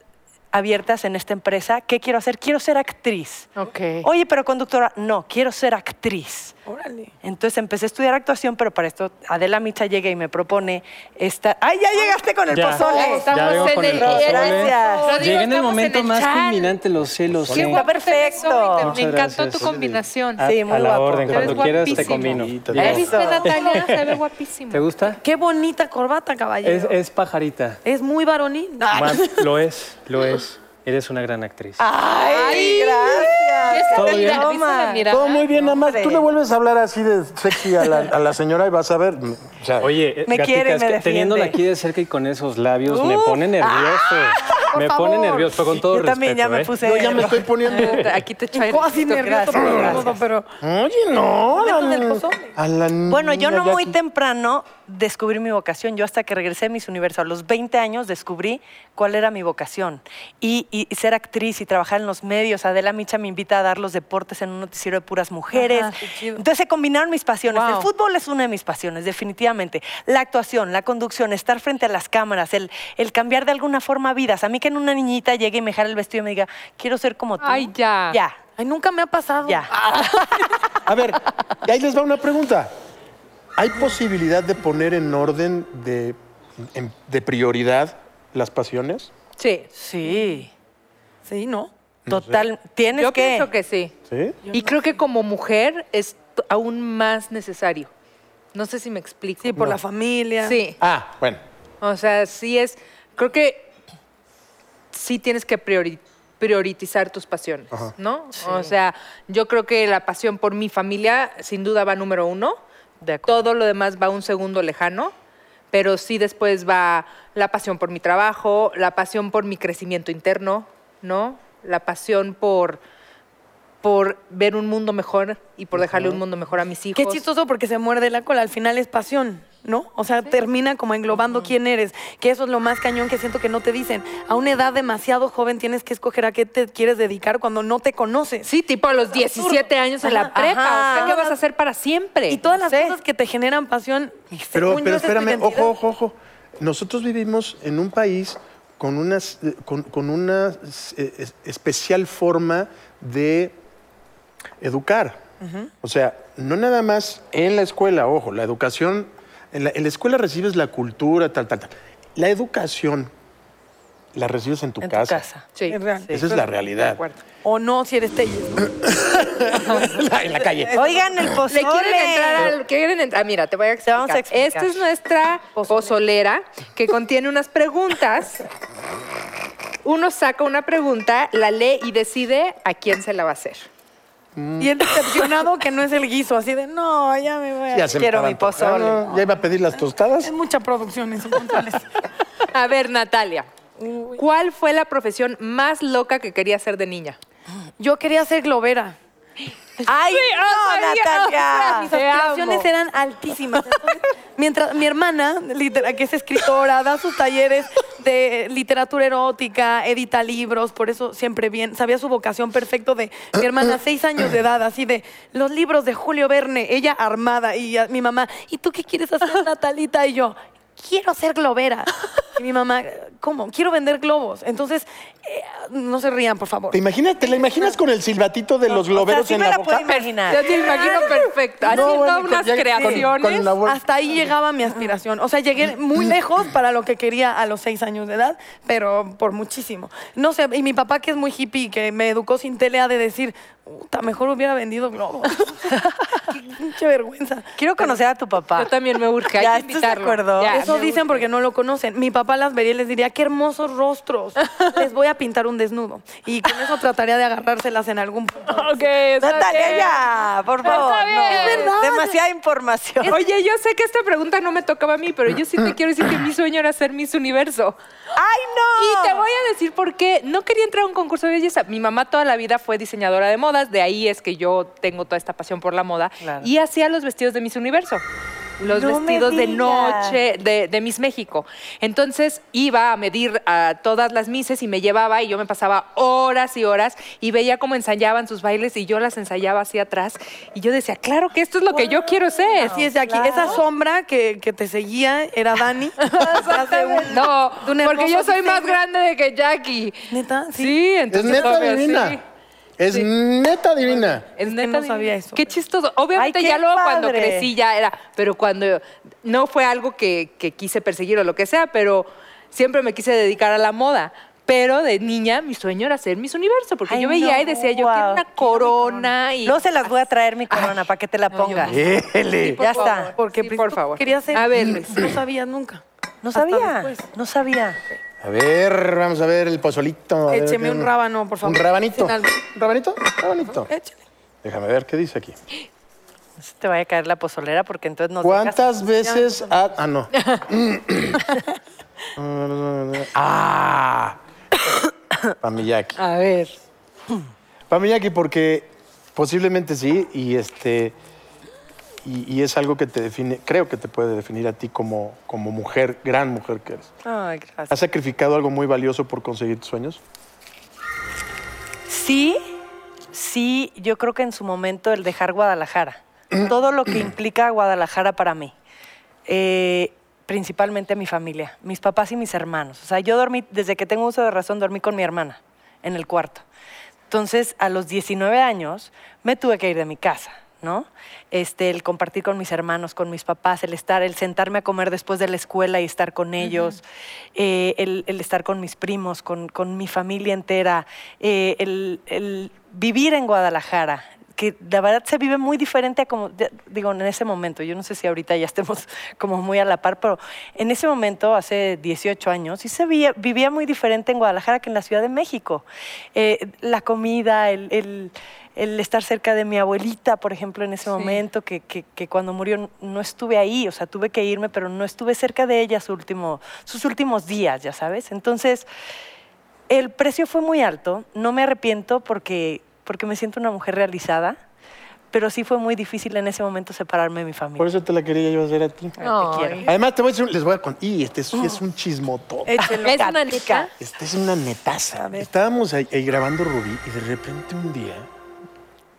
abiertas en esta empresa, ¿qué quiero hacer? Quiero ser actriz.
Ok.
Oye, pero conductora, no, quiero ser actriz.
Órale.
Entonces empecé a estudiar actuación, pero para esto Adela Micha llega y me propone esta... ¡Ay, ya llegaste con el
Ya.
pozole!
Estamos
vengo
en
con el ¿eh?
el
pozole.
Gracias.
Rodrigo,
Llegué en el
estamos
momento
en el
más
chat.
culminante, los celos.
Qué
sí.
guapo
Perfecto.
te- Me
Muchas
encantó
gracias. Ah,
tu combinación.
A,
Sí, muy
a la
guapo.
orden,
Eres
cuando quieras te
guapísimo.
combino.
Bonita,
¿Ya
Eso.
viste, Natalia? Se ve guapísimo.
¿Te gusta?
Qué bonita corbata, caballero.
Es,
Es,
es pajarita.
Ah. muy varonil.
Más- lo es, lo es. Eres una gran actriz.
Ah. Ay, gracias.
¿Viste
Todo
la mira-
bien.
viste la mirada?
Todo muy bien, nada más. Tú le vuelves a hablar así de sexy a la, a la señora y vas a ver. O sea,
Oye, eh,
Me
Gatica,
quiere,
es
me
que
defiende.
teniéndola aquí de cerca y con esos labios, me pone nervioso. me pone
favor.
nervioso, pero con todo
Yo
respeto.
también ya me
¿eh?
puse.
yo ya me estoy poniendo.
Ah,
Aquí te echo
Casi
airecito,
nervioso
gracias.
por todo, pero
Oye, no.
Momento
a la-
del pozole.
a la
Bueno,
niña
yo no
Mm, ya
muy
que-
temprano descubrí mi vocación. Yo hasta que regresé a Miss Universo, a los 20 años, descubrí cuál era mi vocación. Y, y- y ser actriz y trabajar en los medios. Adela Micha me invita a dar los deportes en un noticiero de puras mujeres.
Ajá, qué chido.
Entonces se combinaron mis pasiones.
Wow.
El fútbol es una de mis pasiones, definitivamente. La actuación, la conducción, estar frente a las cámaras, el, el cambiar de alguna forma vidas. A mí que en una niñita llegue y me jale el vestido y me diga, quiero ser como tú.
Ay, ya.
Ya,
ay, nunca me ha pasado.
ya.
A ver, y ahí les va una pregunta. ¿Hay posibilidad de poner en orden de, en- de prioridad las pasiones?
Sí.
Sí.
Sí, ¿no?
Total, tienes
Yo
que...
pienso que sí.
¿Sí?
Y creo que como mujer es t- aún más necesario. No sé si me explico.
Sí, por la familia.
Sí.
Ah, bueno.
O sea, sí es. Creo que sí tienes que priori- priorizar tus pasiones, ¿no? O sea, yo creo que la pasión por mi familia sin duda va número uno.
De acuerdo.
Todo lo demás va un segundo lejano. Pero sí después va la pasión por mi trabajo, la pasión por mi crecimiento interno, ¿no? La pasión por, por ver un mundo mejor y por dejarle un mundo mejor a mis hijos.
Qué chistoso porque se muerde la cola, al final es pasión, ¿no? O sea, termina como englobando quién eres, que eso es lo más cañón que siento que no te dicen. A una edad demasiado joven tienes que escoger a qué te quieres dedicar cuando no te conoces.
Sí, tipo a los 17 años en la
Ajá.
prepa. O sea,
Ajá.
¿qué vas a hacer para siempre?
Y todas las
No sé.
cosas que te generan pasión,
Pero,
según yo,
pero
esa es tu
espérame,
identidad.
ojo, ojo, ojo. Nosotros vivimos en un país con una, con, con una eh, es- especial forma de educar. O sea, no nada más en la escuela, ojo, la educación, en la, en la escuela recibes la cultura, tal, tal, tal. La educación la recibes en tu
En tu
casa.
casa.
Sí.
Es real.
Esa es la realidad.
O no, si eres Telles.
en la calle.
Oigan, el
Le
pozole.
quieren entrar al. Quieren entrar. ah, Mira, te voy a explicar.
vamos a explicar.
Esta es nuestra pozolera que contiene unas preguntas. Uno saca una pregunta, la lee y decide a quién se la va a hacer.
Mm.
Y el decepcionado que no es el guiso, así de, no, ya me voy a...
Ya se me
Quiero
estaba
mi
antojando.
pozole.
Ya iba a pedir las tostadas.
Es mucha producción eso, póntales.
A ver, Natalia. ¿Cuál fue la profesión más loca que quería hacer de niña?
Yo quería ser globera.
Ay, no,
sabía,
Natalia.
Mis aspiraciones eran altísimas. Entonces, mientras mi hermana, litera- que es escritora, da sus talleres de literatura erótica, edita libros, por eso siempre bien, sabía su vocación perfecto de mi hermana, seis años de edad, así de los libros de Julio Verne, ella armada y a- mi mamá, ¿y tú qué quieres hacer, Natalita? Y yo, quiero ser globera. Y mi mamá, ¿cómo? Quiero vender globos. Entonces, eh, no se rían, por favor.
¿Te imaginas? ¿Te la imaginas con el silbatito de los globeros
o sea, sí
en
me
la
la
boca?
puedo imaginar.
Yo te imagino perfecto. Haciendo
bueno,
unas
ya- con-
creaciones.
con la bol-
Hasta ahí llegaba mi aspiración. O sea, llegué muy lejos para lo que quería a los seis años de edad, pero por muchísimo. No sé, y mi papá, que es muy hippie, y que me educó sin tele, ha de decir, puta, mejor hubiera vendido globos. Qué pinche vergüenza.
Quiero conocer a tu papá.
Yo también me urge, hay
Ya,
que
¿estás de
invitarlo.
acuerdo?
Ya,
Eso
me
dicen
urge.
porque no lo conocen. Mi papá las vería y les diría, qué hermosos rostros. Les voy a pintar un desnudo. Y con eso trataría de agarrárselas en algún punto.
Ok, está
Natalia,
bien.
ya, por favor.
Está bien.
no.
Es verdad.
Demasiada información.
Oye, yo sé que esta pregunta no me tocaba a mí, pero yo sí te quiero decir que mi sueño era ser Miss Universo.
¡Ay, no!
Y te voy a decir por qué. No quería entrar a un concurso de belleza. Mi mamá toda la vida fue diseñadora de modas, de ahí es que yo tengo toda esta pasión por la moda.
Claro.
Y hacía los vestidos de Miss Universo. Los
No me
vestidos de
digas.
noche de, de Miss México. Entonces iba a medir a todas las Misses y me llevaba y yo me pasaba horas y horas y veía cómo ensayaban sus bailes y yo las ensayaba hacia atrás. Y yo decía, claro que esto es lo que yo quiero ser.
Así es, de aquí. Esa sombra que, que te seguía era Dani.
No,
de un
porque yo
hermoso
soy más
diseño.
grande de que Jackie.
¿Neta?
Sí,
Sí.
Es
entonces.
neta
obvio, sí.
divina. Es
Sí.
neta divina.
Es
que
neta
no sabía
divina.
eso.
Qué chistoso. Obviamente
Ay, qué
ya luego cuando
padre.
crecí ya era, pero cuando no fue algo que, que quise perseguir o lo que sea, pero siempre me quise dedicar a la moda. Pero de niña mi sueño era ser Miss Universo, porque
Ay,
yo veía
no,
y decía, yo
guau,
quiero una
quiero mi
corona y...
No se las voy a traer mi corona para que te la pongas.
Ele.
ya está.
Porque,
Porque
pues, por favor.
quería ser.
A ver, Luis.
Luis, no sabía nunca.
No
Hasta
sabía.
después.
No sabía.
A ver, vamos a ver el pozolito. a ver,
Écheme
¿qué-
un rábano, por favor.
¿Un rabanito?
Sin algo. Eh.
¿Un rabanito? Rabanito.
Échale.
Déjame ver qué dice aquí.
No se te vaya a caer la pozolera porque entonces nos dejas-
¿Cuántas veces ha... Ah, no. ah. Pamiyaki.
A ver.
Pamiyaki, porque posiblemente sí, y este. Y, y es algo que te define, creo que te puede definir a ti como, como mujer, gran mujer que eres.
Ay, gracias.
¿Has sacrificado algo muy valioso por conseguir tus sueños?
Sí, sí, yo creo que en su momento el dejar Guadalajara, todo lo que implica Guadalajara para mí, eh, principalmente mi familia, mis papás y mis hermanos. O sea, yo dormí, desde que tengo uso de razón, dormí con mi hermana en el cuarto. Entonces, a los 19 años, me tuve que ir de mi casa, ¿no? Este, el compartir con mis hermanos, con mis papás, el estar, el sentarme a comer después de la escuela y estar con ellos, eh, el, el estar con mis primos, con, con mi familia entera, eh, el, el vivir en Guadalajara, que la verdad se vive muy diferente a como, de- digo, en ese momento, yo no sé si ahorita ya estemos como muy a la par, pero en ese momento, hace 18 años, sí se vivía, vivía muy diferente en Guadalajara que en la Ciudad de México. Eh, la comida, el, el- el estar cerca de mi abuelita, por ejemplo, en ese momento, que, que- que cuando murió n- no estuve ahí, o sea, tuve que irme, pero no estuve cerca de ella su último, sus últimos días, ya sabes. Entonces, el precio fue muy alto, no me arrepiento porque, porque me siento una mujer realizada, pero sí fue muy difícil en ese momento separarme de mi familia.
Por eso te la quería yo hacer a ti.
Te quiero.
Además, te voy a decir, un- les voy a contar. Y este es, es un chismotón.
Échelo.
Es una neta.
Esta es una netaza. Estábamos ahí, ahí grabando Rubí y de repente un día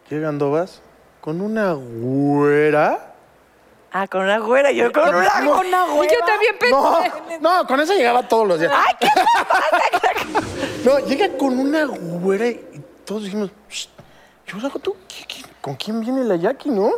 llegando vas con una güera.
Ah, con una güera, yo con una
No,
Y yo también pensé.
No, no, con esa llegaba todos los días. ¡Ay, qué No, llega con una güera y todos dijimos, "Shh, yo la tú, ¿qué- qué- ¿con quién viene la Jackie, no?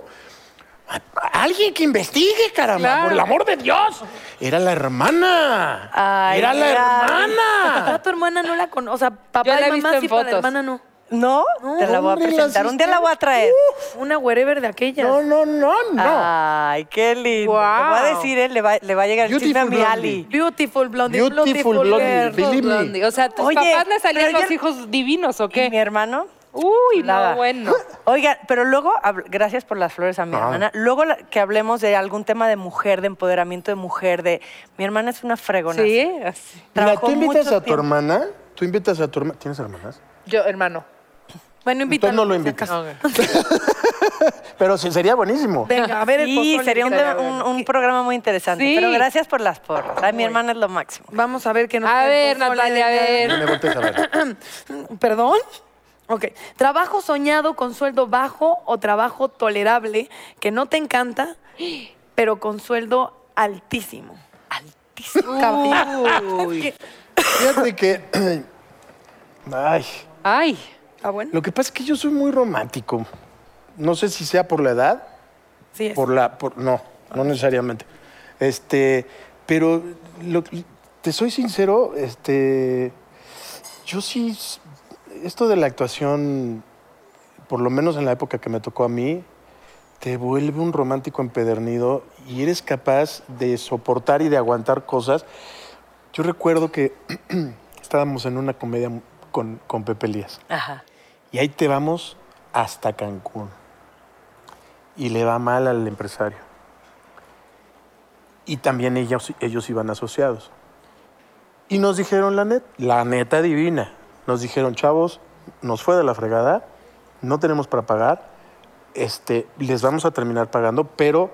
A- Alguien que investigue, caramba, por el amor de Dios. Era la hermana.
Ay,
Era la
mira.
hermana.
Papá, tu hermana no la conoce. O sea, papá
Yo la he
y
visto
mamá
en
sí, pero la
fotos.
hermana no.
No, te la voy a
hombre, la Uh,
presentar. Un día la voy a traer. Ah,
Una wherever de aquellas.
No, no, no, no.
Ay, qué lindo. Le voy a decir, eh, le, va, le va a llegar el chisme a mi
Beautiful
Ali.
Beautiful blondie,
Beautiful
beautiful,
blondie,
girl.
believe me.
Blondie. O sea, tus
Oye,
papás le salían
pero
los
ya-
hijos divinos, ¿o
¿Y mi
qué?
hermano?
Uy,
Nada.
no, bueno.
Oiga, pero luego, habl- gracias por las flores
Ah.
a mi hermana. Luego la- que hablemos de algún tema de mujer, de empoderamiento de mujer, de. Mi hermana es una fregona.
Sí, así.
Mira,
Trabajó
tú invitas
mucho
a tu
tiempo.
hermana, tú invitas a tu hermana. ¿Tienes hermanas?
Yo, hermano.
Bueno, invítalo.
Entonces no lo
si
invitas.
Ah.
acaso.
Pero sí, sería buenísimo.
Venga, a ver el
Sí,
pozole.
sería un,
estaría
un- un programa muy interesante.
Sí.
Pero gracias por las porras. Ay, mi hermana es lo máximo.
Vamos a ver qué nos
A
trae el
ver,
pozole
Natalia, a
del día de hoy.
ver.
No me voltees a ver.
¿Perdón? Ok. Trabajo soñado con sueldo bajo o trabajo tolerable que no te encanta, pero con sueldo altísimo. Altísimo. cabrón.
Fíjate que. Ay.
Ay,
¿Está bueno?
Lo que pasa es que yo soy muy romántico. No sé si sea por la edad,
Sí, es.
por la. Por, no, no necesariamente. Este. Pero lo- te soy sincero, este. Yo sí. s- Esto de la actuación, por lo menos en la época que me tocó a mí, te vuelve un romántico empedernido y eres capaz de soportar y de aguantar cosas. Yo recuerdo que estábamos en una comedia con, con Pepe Elías.
Ajá.
Y ahí te vamos hasta Cancún. Y le va mal al empresario. Y también ellos, ellos iban asociados. Y nos dijeron la neta, la neta divina. Nos dijeron, chavos, nos fue de la fregada, no tenemos para pagar, este, les vamos a terminar pagando, pero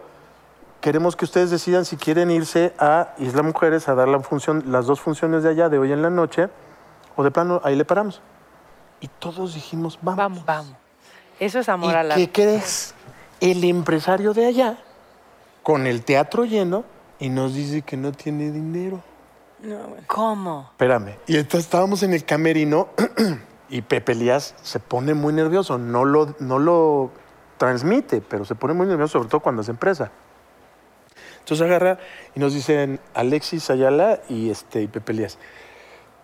queremos que ustedes decidan si quieren irse a Isla Mujeres a dar la función, las dos funciones de allá de hoy en la noche, o de plano, ahí le paramos. Y todos dijimos, vamos.
Vamos. Vamos. Eso es amor a
¿Y
la.
qué crees? El empresario de allá, con el teatro lleno, y nos dice que no tiene dinero.
¿Cómo?
Espérame. Y entonces estábamos en el camerino y Pepe Elías se pone muy nervioso. No lo, no lo transmite, pero se pone muy nervioso, sobre todo cuando es empresa. Entonces agarra y nos dicen Alexis Ayala y, este, y Pepe Elías.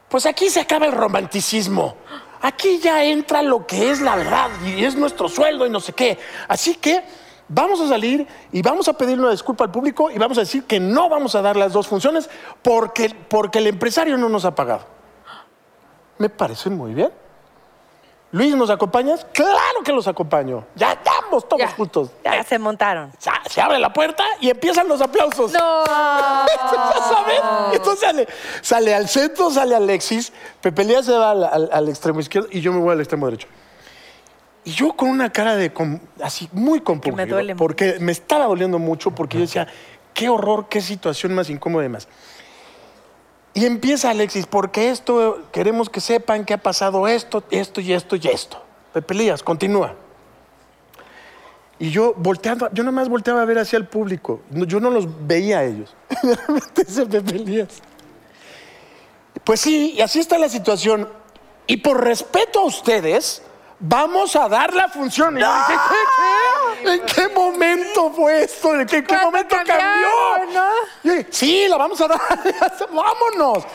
Pues aquí se acaba el romanticismo. Aquí ya entra lo que es la verdad y es nuestro sueldo y no sé qué. Así que Vamos a salir y vamos a pedir una disculpa al público y vamos a decir que no vamos a dar las dos funciones porque, porque el empresario no nos ha pagado. Me parece muy bien. Luis, ¿nos acompañas? Claro que los acompaño. Ya vamos todos
Ya.
juntos.
Ya se montaron.
O sea, se abre la puerta y empiezan los aplausos.
No.
Entonces, ¿sabes? Entonces sale, sale al centro, sale Alexis, Pepe Elías se va al, al- al extremo izquierdo y yo me voy al extremo derecho. Y yo con una cara de com- así muy compungido,
duele mucho.
porque me estaba doliendo mucho porque yo decía, qué horror, qué situación más incómoda y más. Y empieza Alexis, porque esto queremos que sepan que ha pasado esto, esto y esto y esto. Pepe Elías, continúa. Y yo volteando, yo nomás volteaba a ver hacia el público. No, yo no los veía a ellos. Y de repente dice Pepe Elías. Pues sí, y así está la situación. Y por respeto a ustedes, vamos a dar la función. Y yo dije, ¿qué, qué? en qué momento fue esto? ¿En qué, en qué
¿Cuándo
momento
cambiaron,
cambió?
no?
Y yo dije, sí, la vamos a dar. Vámonos.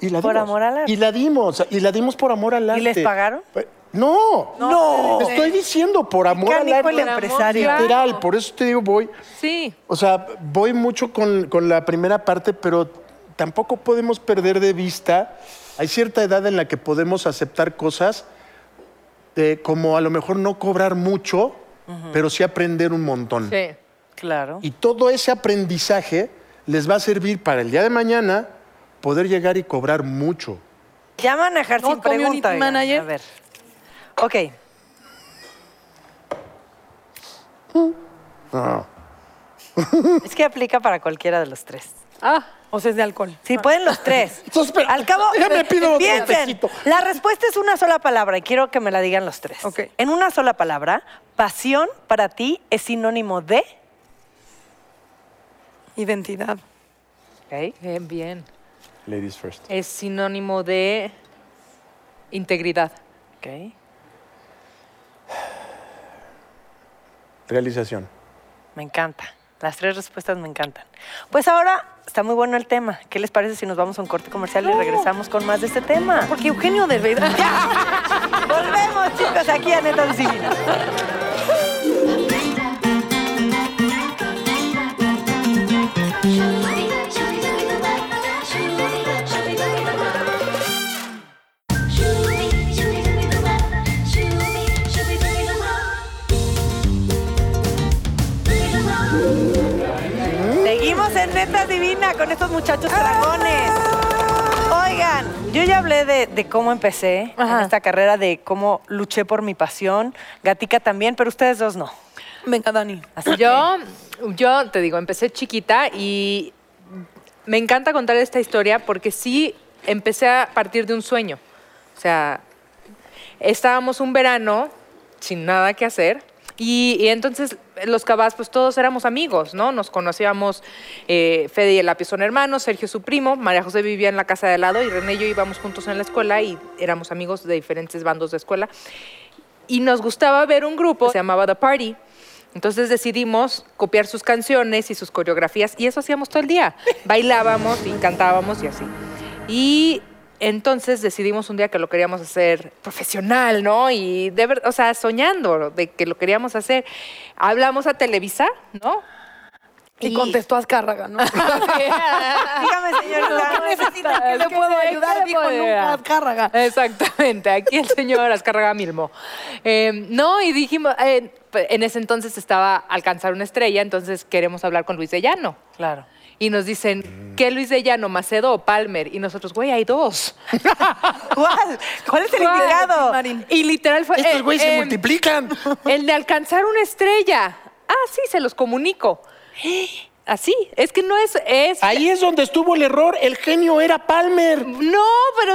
Y la
Por
dimos.
amor al arte.
Y la dimos. Y la dimos por amor al arte.
les pagaron?
Pues, No.
No.
Te estoy diciendo por amor al
Mecánico
arte.
el empresario.
Literal, por eso te digo, voy.
Sí.
O sea, voy mucho con, con la primera parte, pero tampoco podemos perder de vista. Hay cierta edad en la que podemos aceptar cosas de como a lo mejor no cobrar mucho, pero sí aprender un montón.
Sí.
Claro.
Y todo ese aprendizaje les va a servir para el día de mañana poder llegar y cobrar mucho.
Ya manejar
No,
sin
community
pregunta. oigan.
manager.
A ver. Ok.
Mm. No.
Es que aplica para cualquiera de los tres.
Ah.
O sea, es de alcohol.
Si pueden los tres.
Entonces, pero-
Al cabo,
déjame pido otro
piensen.
cafecito.
La respuesta es una sola palabra y quiero que me la digan los tres.
Ok.
En una sola palabra, pasión para ti es sinónimo de.
Identidad.
Ok.
Bien, bien.
Ladies first.
Es sinónimo de integridad.
Realización.
Me encanta. Las tres respuestas me encantan. Pues ahora está muy bueno el tema. ¿Qué les parece si nos vamos a un corte comercial y regresamos con más de este tema?
Porque Eugenio Derbez...
Volvemos, chicos, aquí a Netas Divinas. Seguimos en Netas Divina con estos muchachos
Ah.
dragones. Oigan, yo ya hablé de, de cómo empecé en esta carrera, de cómo luché por mi pasión. Gatica también, pero ustedes dos no.
Venga, Dani.
Así
Yo, yo te digo, empecé chiquita y me encanta contar esta historia porque sí empecé a partir de un sueño. O sea, estábamos un verano sin nada que hacer y, y entonces los cabas, pues todos éramos amigos, ¿no? Nos conocíamos, eh, Fede y el lápiz son hermanos, Sergio su primo, María José vivía en la casa de al lado y René y yo íbamos juntos en la escuela y éramos amigos de diferentes bandos de escuela y nos gustaba ver un grupo, se llamaba The Party. Entonces decidimos copiar sus canciones y sus coreografías y eso hacíamos todo el día. Bailábamos y cantábamos y así. Y entonces decidimos un día que lo queríamos hacer profesional, ¿no? Y de verdad, o sea, soñando de que lo queríamos hacer. Hablamos a Televisa, ¿no?
Y, contestó Azcárraga, ¿no?
Dígame, señorita.
¿Qué le puedo ayudar? Dijo nunca Azcárraga.
Exactamente, aquí el señor Azcárraga Milmo. Eh, no, y dijimos, eh, en ese entonces estaba Alcanzar una estrella, entonces queremos hablar con Luis de Llano.
Claro.
Y nos dicen, ¿qué Luis de Llano, Macedo o Palmer? Y nosotros, güey, hay dos.
¿Cuál? ¿Cuál es el
¿Cuál?
indicado?
Y literal fue...
Estos
eh,
güeyes se
eh,
multiplican.
El de alcanzar una estrella. Ah, sí, se los comunico. Así, es que no es... es
Ahí es donde estuvo el error. El genio era Palmer.
No, pero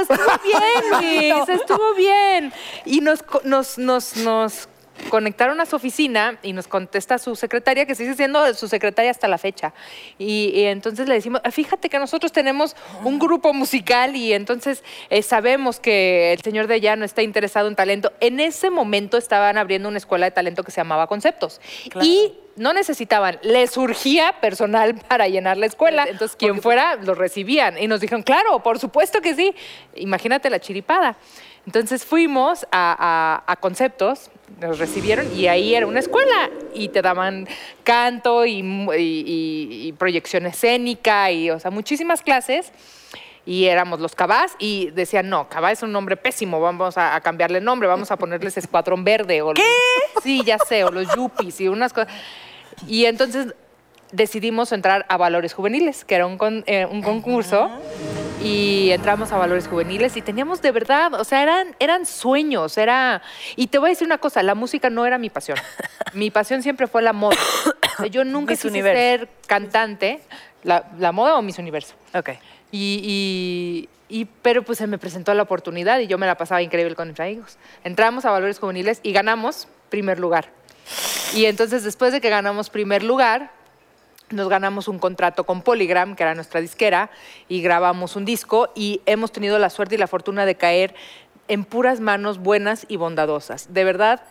estuvo bien, Luis, estuvo bien. Y nos, co- nos, nos, nos conectaron a su oficina y nos contesta su secretaria, que sigue siendo su secretaria hasta la fecha. Y, y entonces le decimos, "Ah, fíjate que nosotros tenemos un grupo musical y entonces eh, sabemos que el señor de Llano está interesado en talento. En ese momento estaban abriendo una escuela de talento que se llamaba Conceptos. Y no necesitaban, les surgía personal para llenar la escuela. Entonces, quien fuera, los recibían. Y nos dijeron, claro, por supuesto que sí. Imagínate la chiripada. Entonces fuimos a, a- a Conceptos nos recibieron y ahí era una escuela y te daban canto y, mu- y- y- y proyección escénica y, o sea, muchísimas clases. Y éramos los Cabás y decían, no, Cabá es un nombre pésimo, vamos a, a cambiarle el nombre, vamos a ponerles Escuadrón Verde. O ¿Qué? sí, ya sé, o los Yuppies y unas cosas. Y entonces decidimos entrar a Valores Juveniles, que era un, con- eh, un concurso, y entramos a Valores Juveniles y teníamos de verdad, o sea, eran, eran sueños, era... Y te voy a decir una cosa, la música no era mi pasión. Mi pasión siempre fue la moda. O sea, Yo nunca
Miss
quise
Universo.
ser cantante, la, la moda o Miss Universo.
Ok.
Y, y- y- pero pues se me presentó la oportunidad y yo me la pasaba increíble con mis amigos. Entramos a Valores Juveniles y ganamos primer lugar. Y entonces después de que ganamos primer lugar, nos ganamos un contrato con Polygram, que era nuestra disquera, y grabamos un disco y hemos tenido la suerte y la fortuna de caer en puras manos buenas y bondadosas. De verdad,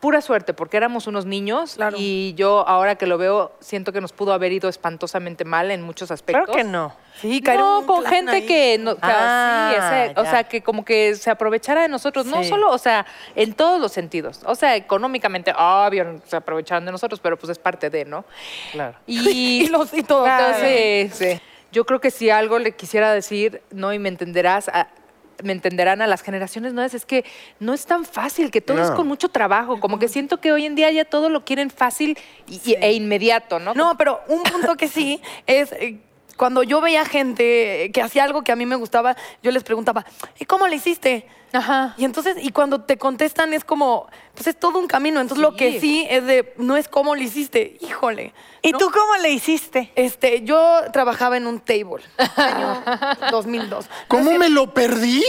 pura suerte, porque éramos unos niños
Claro.
y yo ahora que lo veo siento que nos pudo haber ido espantosamente mal en muchos aspectos.
Claro que no.
Sí,
No, con gente que, no, que-
Ah,
sí, ese- o
ya.
sea, que como que se aprovechara de nosotros, no
Sí.
solo, o sea, en todos los sentidos, o sea, económicamente, obvio, se aprovecharon de nosotros, pero pues es parte de, ¿no?
Claro.
Y, los y todo. Entonces, yo creo que si algo le quisiera decir, no, y me entenderás, a- me entenderán a las generaciones nuevas, es que no es tan fácil, que todo es
No.
con mucho trabajo. Como que siento que hoy en día ya todo lo quieren fácil y- y- e inmediato, ¿no?
No, pero un punto que sí es eh, cuando yo veía gente que hacía algo que a mí me gustaba, yo les preguntaba, ¿y cómo le hiciste?
Ajá.
Y entonces, y cuando te contestan es como, pues es todo un camino. Entonces lo que
Sí.
sí es de, no es cómo le hiciste, híjole.
¿Y
¿no?
tú cómo le hiciste?
Este, yo trabajaba en un table, año 2002.
¿Cómo me lo perdí?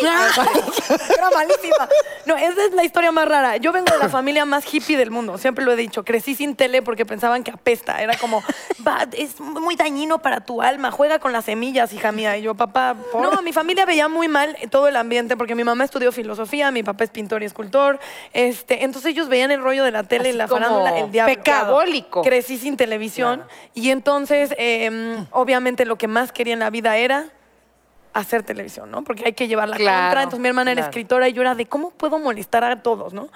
Era malísima. No, esa es la historia más rara. Yo vengo de la familia más hippie del mundo. Siempre lo he dicho. Crecí sin tele porque pensaban que apesta. Era como, "Va, es muy dañino para tu alma. Juega con las semillas, hija mía. Y yo, papá, No, mi familia veía muy mal todo el ambiente porque mi mamá estudió filosofía, mi papá es pintor y escultor. Este, entonces ellos veían el rollo de la tele,
Así
la
como
farándula, el diablo.
pecado. Diabólico.
Crecí sin televisión. Y entonces, eh, obviamente, lo que más quería en la vida era hacer televisión, ¿no? Porque hay que llevar la
Claro,
contra. Entonces mi hermana era
claro.
escritora y yo era de cómo puedo molestar a todos, ¿no?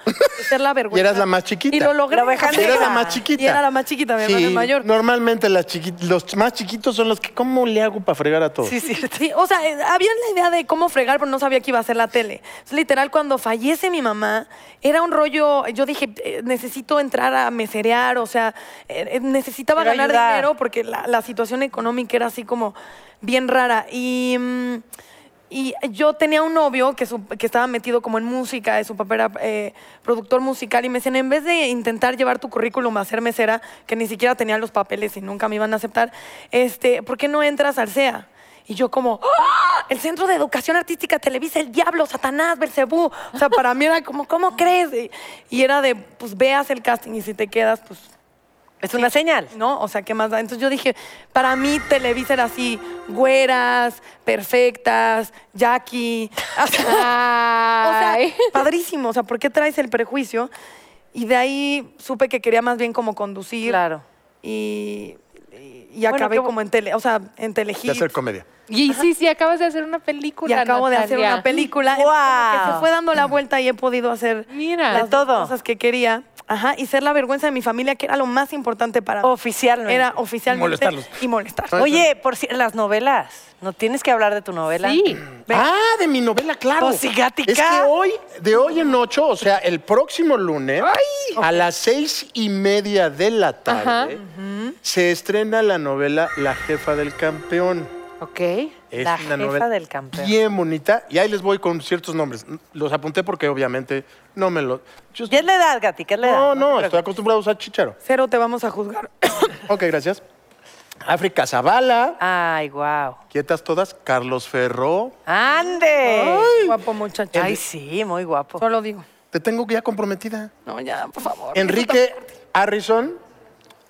Ser la vergüenza.
Y eras la más chiquita.
Y lo logré.
La oveja
Era la más chiquita.
Y era la más chiquita, mi hermana es mayor.
Normalmente las chiqui- los más chiquitos son los que, ¿cómo le hago para fregar a todos?
Sí, o sea, eh, había la idea de cómo fregar, pero no sabía que iba a ser la tele. Entonces, literal, cuando fallece mi mamá, era un rollo, yo dije, eh, necesito entrar a meserear, o sea, eh, eh, necesitaba
Quiero
ganar
ayudar.
dinero porque la, la situación económica era así como bien rara. Y... mm, y yo tenía un novio que, su- que estaba metido como en música, eh, su papá era eh, productor musical, y me decían, en vez de intentar llevar tu currículum a ser mesera, que ni siquiera tenía los papeles y nunca me iban a aceptar, este, ¿por qué no entras al CEA? Y yo como, ¡Ah! el Centro de Educación Artística Televisa, el diablo, Satanás, Belcebú. O sea, para mí era como, ¿cómo crees? Y, y era de, pues veas el casting y si te quedas, pues
Es una señal.
¿no? O sea, ¿qué más da? Entonces yo dije, para mí Televisa era así, güeras, perfectas, Jackie. O
Ah,
sea,
Ay.
padrísimo, o sea, ¿por qué traes el prejuicio? Y de ahí supe que quería más bien como conducir.
Claro.
Y, y- y
Bueno,
acabé
qué bu-
como en tele, o sea, en
De
telehit.
hacer comedia.
Y sí, sí, acabas de hacer una
Y
película.
acabo de hacer
Natalia.
una película.
¡Guau!
Entonces, como Que se fue dando la vuelta y he podido hacer
Mira.
las
De todo.
cosas que quería. Ajá, y ser la vergüenza de mi familia, que era lo más importante para mí.
Oficialmente.
Era oficialmente.
Y molestarlos.
Y molestar.
Oye, por si las novelas. No tienes que hablar de tu novela.
Sí.
Ah, de mi novela, claro.
Pues, sí, gatica.
Es que hoy, de hoy en ocho, o sea, el próximo lunes, a las seis y media de la
Ajá.
tarde, se estrena la novela La jefa del campeón.
Ok.
Es
La
una
jefa
novela
del campeón.
Bien bonita. Y ahí les voy con ciertos nombres. Los apunté porque obviamente no me los. yo-
¿Qué es la edad, Gati? ¿Qué es la edad?
no, no, estoy acostumbrado a usar chicharo.
Cero te vamos a juzgar.
Ok, gracias. África Zavala,
Ay, wow.
quietas todas, Carlos Ferro.
¡Ande!
Eh, Guapo muchacho.
Ay, sí, muy guapo.
Solo digo.
Te tengo ya comprometida.
No, ya, por favor.
Enrique Harrison,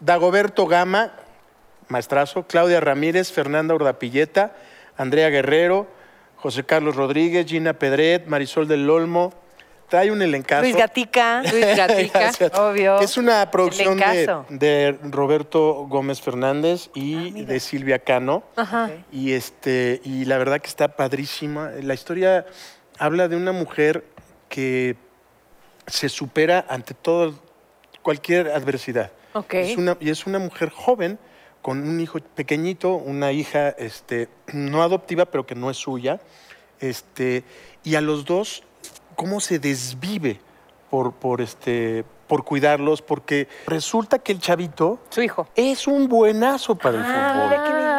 Dagoberto Gama, maestrazo, Claudia Ramírez, Fernanda Urdapilleta, Andrea Guerrero, José Carlos Rodríguez, Gina Pedret, Marisol del Olmo. Trae un elencazo.
Luis Gatica.
Luis Gatica.
Gracias.
obvio.
Es una producción de,
Elencazo.
de Roberto Gómez Fernández y de Silvia Cano. Y este, y la verdad que está padrísima. La historia habla de una mujer que se supera ante todo, cualquier adversidad.
Ok.
Es una- y es una mujer joven con un hijo pequeñito, una hija este, no adoptiva, pero que no es suya. Este, y a los dos, cómo se desvive por, por, este, por cuidarlos, porque resulta que el chavito
Su hijo.
es un buenazo para el fútbol.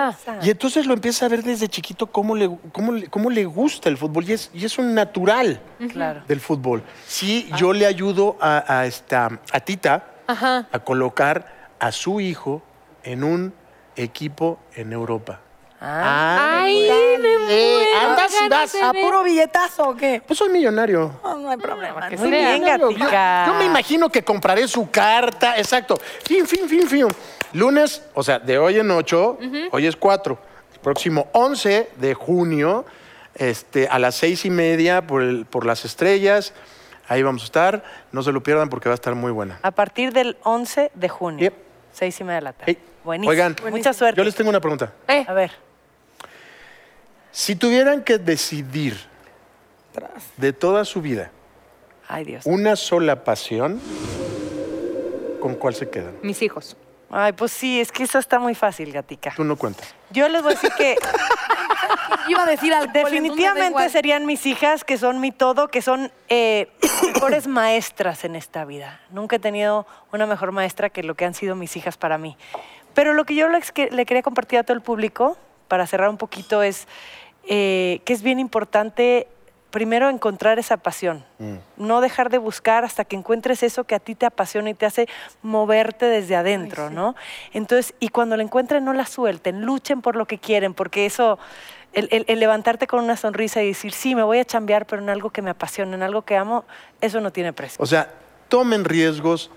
Ah,
Y entonces lo empieza a ver desde chiquito cómo le, cómo le- cómo le gusta el fútbol y es, y es un natural
Claro.
del fútbol. Sí, yo le ayudo a, a esta, a Tita a colocar a su hijo en un equipo en Europa.
Ay, me muero.
andas y vas.
¿A puro billetazo o qué?
Pues soy millonario.
No, no hay problema.
que
¿no?
Muy
sea.
bien,
Yo- yo,
gatica.
yo me imagino que compraré su carta. Exacto. Fin, fin, fin, fin. Lunes, o sea, de hoy en 8, hoy es 4. El próximo 11 de junio, este, a las seis y media por, el- por las estrellas. Ahí vamos a estar. No se lo pierdan porque va a estar muy buena.
A partir del 11 de junio.
Yep.
Seis y media de la tarde.
Hey,
Buenísimo.
Oigan,
Mucha suerte.
Yo les tengo una pregunta.
Eh,
A ver.
Si tuvieran que decidir de toda su vida
Ay, Dios.
una sola pasión, ¿con cuál se quedan?
mis hijos.
Ay, pues sí, es que eso está muy fácil, gatica.
Tú no cuentas.
Yo les voy a decir que
Iba a decir alcohol, entonces da
definitivamente
igual.
serían mis hijas, que son mi todo, que son eh, mejores maestras en esta vida. Nunca he tenido una mejor maestra que lo que han sido mis hijas para mí. Pero lo que yo les que- le quería compartir a todo el público, para cerrar un poquito, es eh, que es bien importante primero encontrar esa pasión.
Mm.
No dejar de buscar hasta que encuentres eso que a ti te apasiona y te hace moverte desde adentro, ¿no? Entonces, y cuando la encuentren, no la suelten, luchen por lo que quieren, porque eso, el, el- el levantarte con una sonrisa y decir, sí, me voy a chambear, pero en algo que me apasiona, en algo que amo, eso no tiene precio.
O sea, tomen riesgos.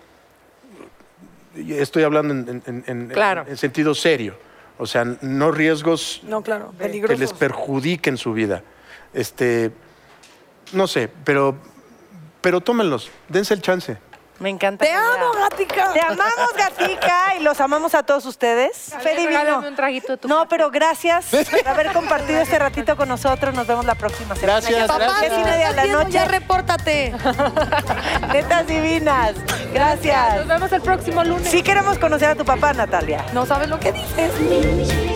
Y Estoy hablando en, en- en- en-
Claro.
en sentido serio. O sea, no riesgos
No, claro,
Eh, que les
peligroso.
perjudiquen su vida. Este, no sé, pero, pero tómenlos. Dense el chance.
Me encanta.
¡Te
que
amo,
ya-
gatica!
Te amamos, Gatica, y los amamos a todos ustedes. Fe divino.
regálame un traguito de tu
No, pero gracias por haber compartido este ratito con nosotros. Nos vemos la próxima semana.
Gracias,
Ya son
gracias.
diez y
me
media de la
estás viendo, Ya
noche.
repórtate.
Netas divinas.
Nos
Gracias.
vemos el próximo lunes.
Sí queremos conocer a tu papá, Natalia.
No sabes lo que dices.
Maybe we should